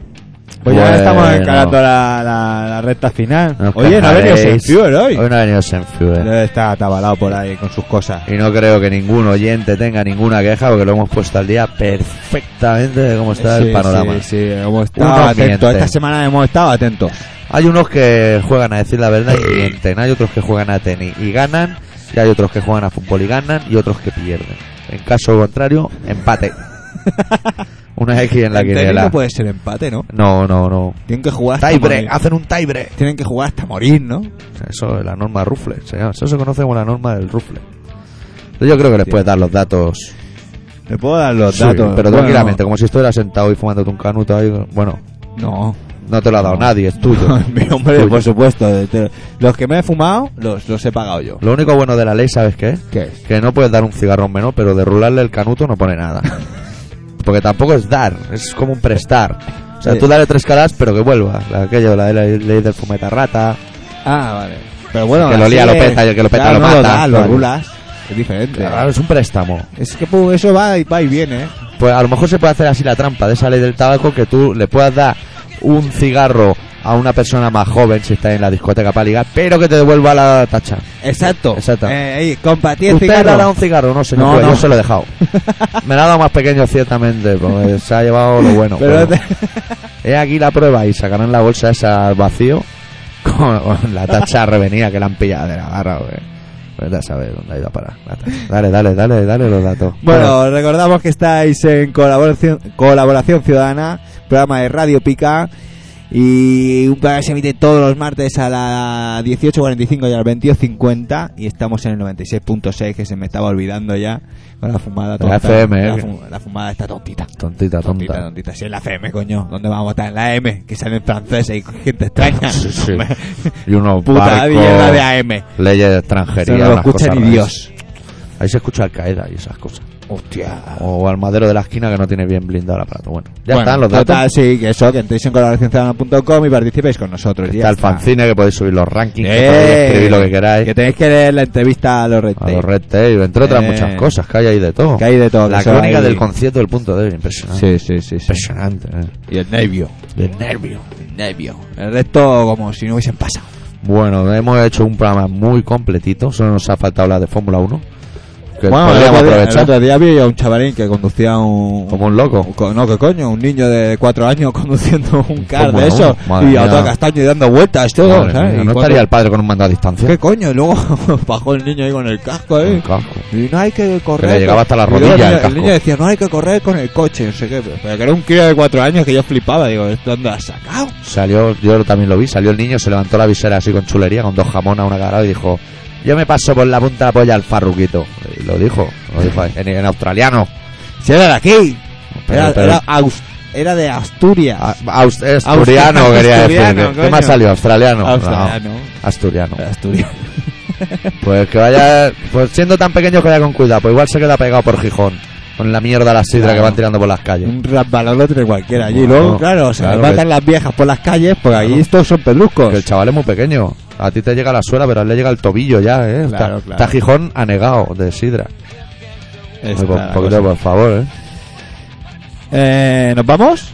S1: pues ya estamos
S2: Bueno.
S1: encarando la, la, la recta final.
S2: Nos
S1: Oye, no ha venido
S2: quejaréis.
S1: Senfuer hoy.
S2: Hoy no ha venido Senfuer.
S1: Debe estar atabalado por ahí con sus cosas.
S2: Y no creo que ningún oyente tenga ninguna queja porque lo hemos puesto al día perfectamente de cómo está
S1: Sí,
S2: el panorama.
S1: Sí, sí, hemos
S2: Uno
S1: estado atentos.
S2: miente.
S1: Esta semana hemos estado atentos.
S2: Hay unos que juegan a decir la verdad y mienten, hay otros que juegan a tenis y ganan, y hay otros que juegan a fútbol y ganan, y otros que pierden. En caso contrario, empate. Una X en la
S1: En tenis
S2: quiniela.
S1: no puede ser empate, ¿no?
S2: No, no, no.
S1: Tienen que jugar hasta morir.
S2: Tiebreak, hacen un tiebreak.
S1: Tienen que jugar hasta morir, ¿no?
S2: Eso es la norma Rufle, señor. Eso se conoce como la norma del Rufle. Yo creo que les puedes dar los datos
S1: Te puedo dar los
S2: Sí,
S1: datos.
S2: Pero
S1: Bueno,
S2: tranquilamente, como si estuviera sentado y fumándote un canuto ahí. Bueno,
S1: No.
S2: No te lo ha dado nadie, es tuyo.
S1: Mi hombre, pues-
S2: Tuyo.
S1: por supuesto. de- de- los que me he fumado, los, los he pagado yo.
S2: Lo único bueno de la ley, ¿sabes qué es?
S1: ¿Qué es?
S2: Que no puedes dar un cigarrón menos, pero de rularle el canuto no pone nada. Porque tampoco es dar, es como un prestar. O sea,
S1: Sí.
S2: tú dale tres caras, pero que vuelva. La, aquello, la, la ley del fumeta rata.
S1: Ah, vale. Pero bueno,
S2: Que lo
S1: así
S2: lía, lo
S1: es.
S2: peta, y el que lo peta
S1: Claro,
S2: lo
S1: no
S2: mata.
S1: Lo, da, lo
S2: Claro.
S1: rulas. Es diferente.
S2: Claro, es un préstamo.
S1: Es que pues, eso va y, va y viene. ¿eh?
S2: Pues a lo mejor se puede hacer así la trampa de esa ley del tabaco que tú le puedas dar un cigarro a una persona más joven si está en la discoteca para ligar, pero que te devuelva la tacha.
S1: Exacto.
S2: Exacto.
S1: Eh, ahí, compa, tiene
S2: ¿Usted
S1: cigarro.
S2: le ha dado un cigarro? No, señor,
S1: No,
S2: pues
S1: no.
S2: yo se lo he dejado. Me lo ha dado más pequeño, ciertamente, porque se ha llevado lo bueno.
S1: Pero
S2: pero He aquí la prueba y sacarán la bolsa esa al vacío con, con la tacha revenida que la han pillado de la barra, güey. Vete a saber dónde ha ido a parar la tacha. Dale, dale, dale, dale los datos.
S1: Bueno, recordamos que estáis en colaboración, colaboración Ciudadana, programa de Radio Pica. Y un programa que se emite todos los martes a las 18.45 y a las 22.50. Y estamos en el 96.6, que se me estaba olvidando ya. Con la fumada
S2: La FM,
S1: La,
S2: eh.
S1: fu- la fumada está tontita.
S2: tontita,
S1: Tontita,
S2: tonta.
S1: tontita. Si es la FM, coño. ¿Dónde vamos a estar? En la M, que salen franceses y gente extraña.
S2: Sí, sí. Y unos
S1: Puta
S2: barcos,
S1: mierda de AM.
S2: leyes de
S1: Eso
S2: extranjería.
S1: no lo
S2: unas
S1: escucha
S2: cosas
S1: ni
S2: raras.
S1: Dios.
S2: Ahí se escucha Al Qaeda y esas cosas.
S1: Hostia.
S2: O al madero de la esquina que no tiene bien blindado el aparato. Bueno, ya
S1: Bueno,
S2: están los datos.
S1: total, sí, que eso, que entréis en colaboracionciudadana.com y participéis con nosotros.
S2: Que
S1: ya
S2: está el
S1: está.
S2: fanzine que podéis subir los rankings, que
S1: Eh,
S2: podéis escribir lo que queráis.
S1: Que tenéis que leer la entrevista a los Red
S2: a
S1: Tape,
S2: los Red Tape, entre otras
S1: Eh.
S2: muchas cosas, que hay ahí de todo.
S1: Que hay de todo. que
S2: La
S1: eso
S2: crónica
S1: hay-
S2: del concierto del punto débil, impresionante.
S1: Sí, sí, sí. sí.
S2: Impresionante. eh.
S1: Y el nervio.
S2: El nervio.
S1: El nervio. El resto, como si no hubiesen pasado.
S2: Bueno, hemos hecho un programa muy completito, solo nos ha faltado la de Fórmula 1. Que
S1: el
S2: podríamos
S1: otro, día, el
S2: aprovechar
S1: otro día vi a un chavalín que conducía un.
S2: como un loco.
S1: un co- no, que coño, un niño de cuatro años conduciendo un car
S2: Fórmula
S1: de eso.
S2: uno, madre
S1: Y a
S2: mía.
S1: todo castaño y dando vueltas, todo.
S2: Madre mía,
S1: ¿sabes? ¿eh? Y
S2: no
S1: cuando-
S2: estaría el padre con un mando a distancia.
S1: ¿Qué coño? Y luego bajó el niño ahí con el casco, ¿eh?
S2: Un casco.
S1: Y no hay que correr.
S2: Que le llegaba hasta la
S1: Y luego
S2: rodilla
S1: el,
S2: el
S1: niño-
S2: casco.
S1: el niño decía, no hay que correr con el coche, no sé qué. Pero que era un crío de cuatro años que yo flipaba. Digo, ¿esto dónde lo has sacado?
S2: Salió, yo también lo vi, salió el niño, se levantó la visera así con chulería, con dos jamones a una cara y dijo, yo me paso por la punta de la polla al farruquito. Y lo dijo, lo dijo en, en australiano.
S1: Si era de aquí.
S2: Pero-
S1: era,
S2: pero- Ah,
S1: era aus- era de Asturias.
S2: A- aus- asturiano quería
S1: Asturiano,
S2: decir. ¿Qué- ¿Qué
S1: coño.
S2: más salió? Australiano.
S1: Australiano.
S2: No, asturiano.
S1: ah, Era Asturiano.
S2: Pues que vaya, pues siendo tan pequeño que vaya con cuidado, pues igual se queda pegado por Gijón. Con la mierda, la sidra
S1: Claro.
S2: que van tirando por las calles.
S1: un rasbalón entre cualquiera allí.
S2: Bueno,
S1: Luego, claro, se
S2: claro
S1: matan
S2: que-
S1: las viejas por las calles, porque allí
S2: Claro.
S1: todos son
S2: Que el
S1: pedruscos.
S2: chaval es muy pequeño. A ti te llega la suela, pero a él le llega el tobillo ya, ¿eh? está,
S1: Claro, claro.
S2: está Gijón anegado de sidra.
S1: Esta
S2: Oye, por,
S1: la
S2: por-
S1: cosa.
S2: por favor, ¿eh?
S1: Eh, ¿Nos vamos?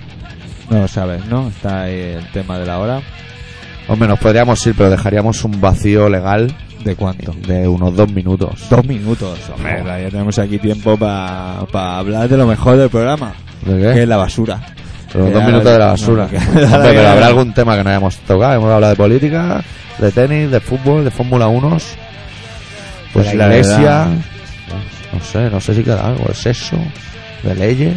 S1: No lo sabes, ¿no? Está ahí el tema de la hora.
S2: Hombre, nos podríamos ir, pero dejaríamos un vacío legal
S1: ¿De cuánto?
S2: de unos dos minutos.
S1: Dos minutos, hombre, ya tenemos aquí tiempo para hablar de lo mejor del programa,
S2: ¿De
S1: que es
S2: qué?
S1: la basura.
S2: Los
S1: que
S2: dos
S1: ya-
S2: minutos de la basura.
S1: no, que-
S2: Hombre, pero habrá algún tema que no hayamos tocado. Hemos hablado de política, de tenis, de fútbol, de Fórmula 1, pues
S1: De
S2: la
S1: la
S2: iglesia.
S1: igualdad.
S2: No sé, no sé si queda algo. El sexo, de leyes.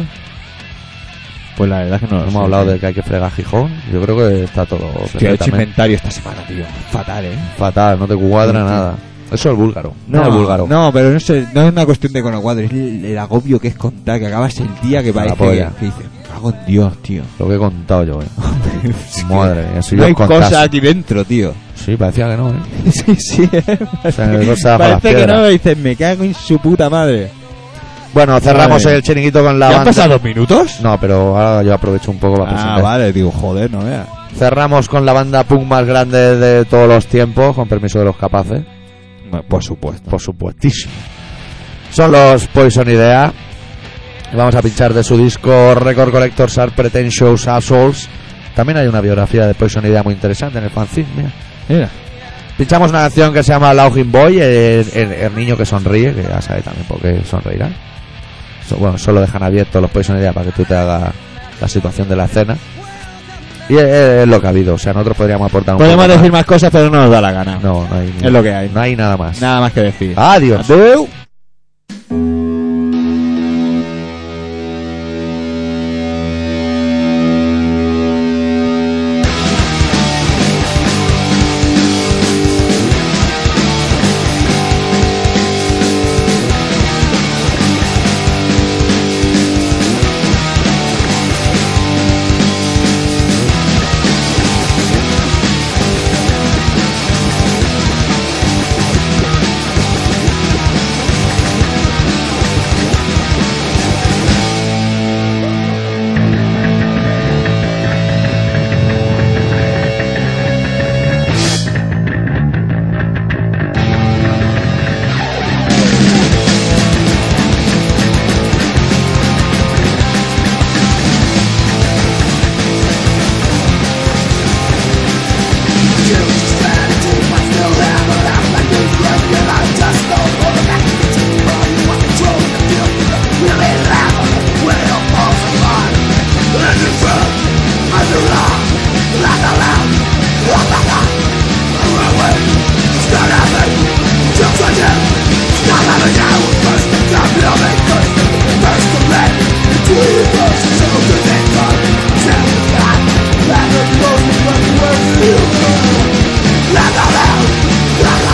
S1: Pues la verdad es que no lo
S2: Hemos
S1: sé,
S2: hablado
S1: tío.
S2: de que hay que fregar Gijón. Yo creo que está todo
S1: Tío, he hecho
S2: perfectamente
S1: inventario esta semana, tío. Fatal, ¿eh?
S2: fatal. No te cuadra
S1: Sí.
S2: nada. Eso es el búlgaro. Mira el búlgaro.
S1: no, pero no, sé, no es una cuestión de conocuadro, es el, el agobio que es contar, que acabas el día que
S2: Hasta la
S1: parece que,
S2: polla.
S1: que dices, "Me cago en Dios, tío.
S2: Lo que he contado yo, eh.
S1: Es que
S2: Madre mía, si
S1: no
S2: yo
S1: hay
S2: os contase.
S1: cosas aquí dentro, tío.
S2: Sí, parecía que no, eh.
S1: sí, sí, ¿eh?
S2: hay cosas bajo las
S1: parece que
S2: piedras.
S1: no, dices, me cago en su puta madre.
S2: Bueno, cerramos
S1: Madre.
S2: el chiringuito con la
S1: ¿Ya han
S2: banda.
S1: pasado dos minutos?
S2: No, pero ahora yo aprovecho un poco para
S1: Ah,
S2: presentar.
S1: vale, digo, joder, no veas.
S2: Cerramos con la banda punk más grande de todos los tiempos, con permiso de los capaces,
S1: Por supuesto.
S2: por supuestísimo. Son los Poison Idea. Y Vamos a pinchar de su disco Record Collectors Are Pretentious Assholes. También hay una biografía de Poison Idea muy interesante en el fanzine, mira.
S1: Mira.
S2: Pinchamos una canción que se llama Laugin Boy, el, el- el niño que sonríe, que ya sabe también por qué sonreirá. So- bueno, solo dejan abiertos los Poison Idea para que tú te hagas la situación de la escena. Y es, es lo que ha habido, o sea, nosotros podríamos aportar un
S1: Podemos
S2: poco más.
S1: decir más cosas, pero no nos da la gana.
S2: No, Ah, no hay,
S1: Es lo que hay.
S2: no hay nada más.
S1: Nada más que decir.
S2: Adiós.
S1: Adeu.
S3: I
S4: Let them out! Let them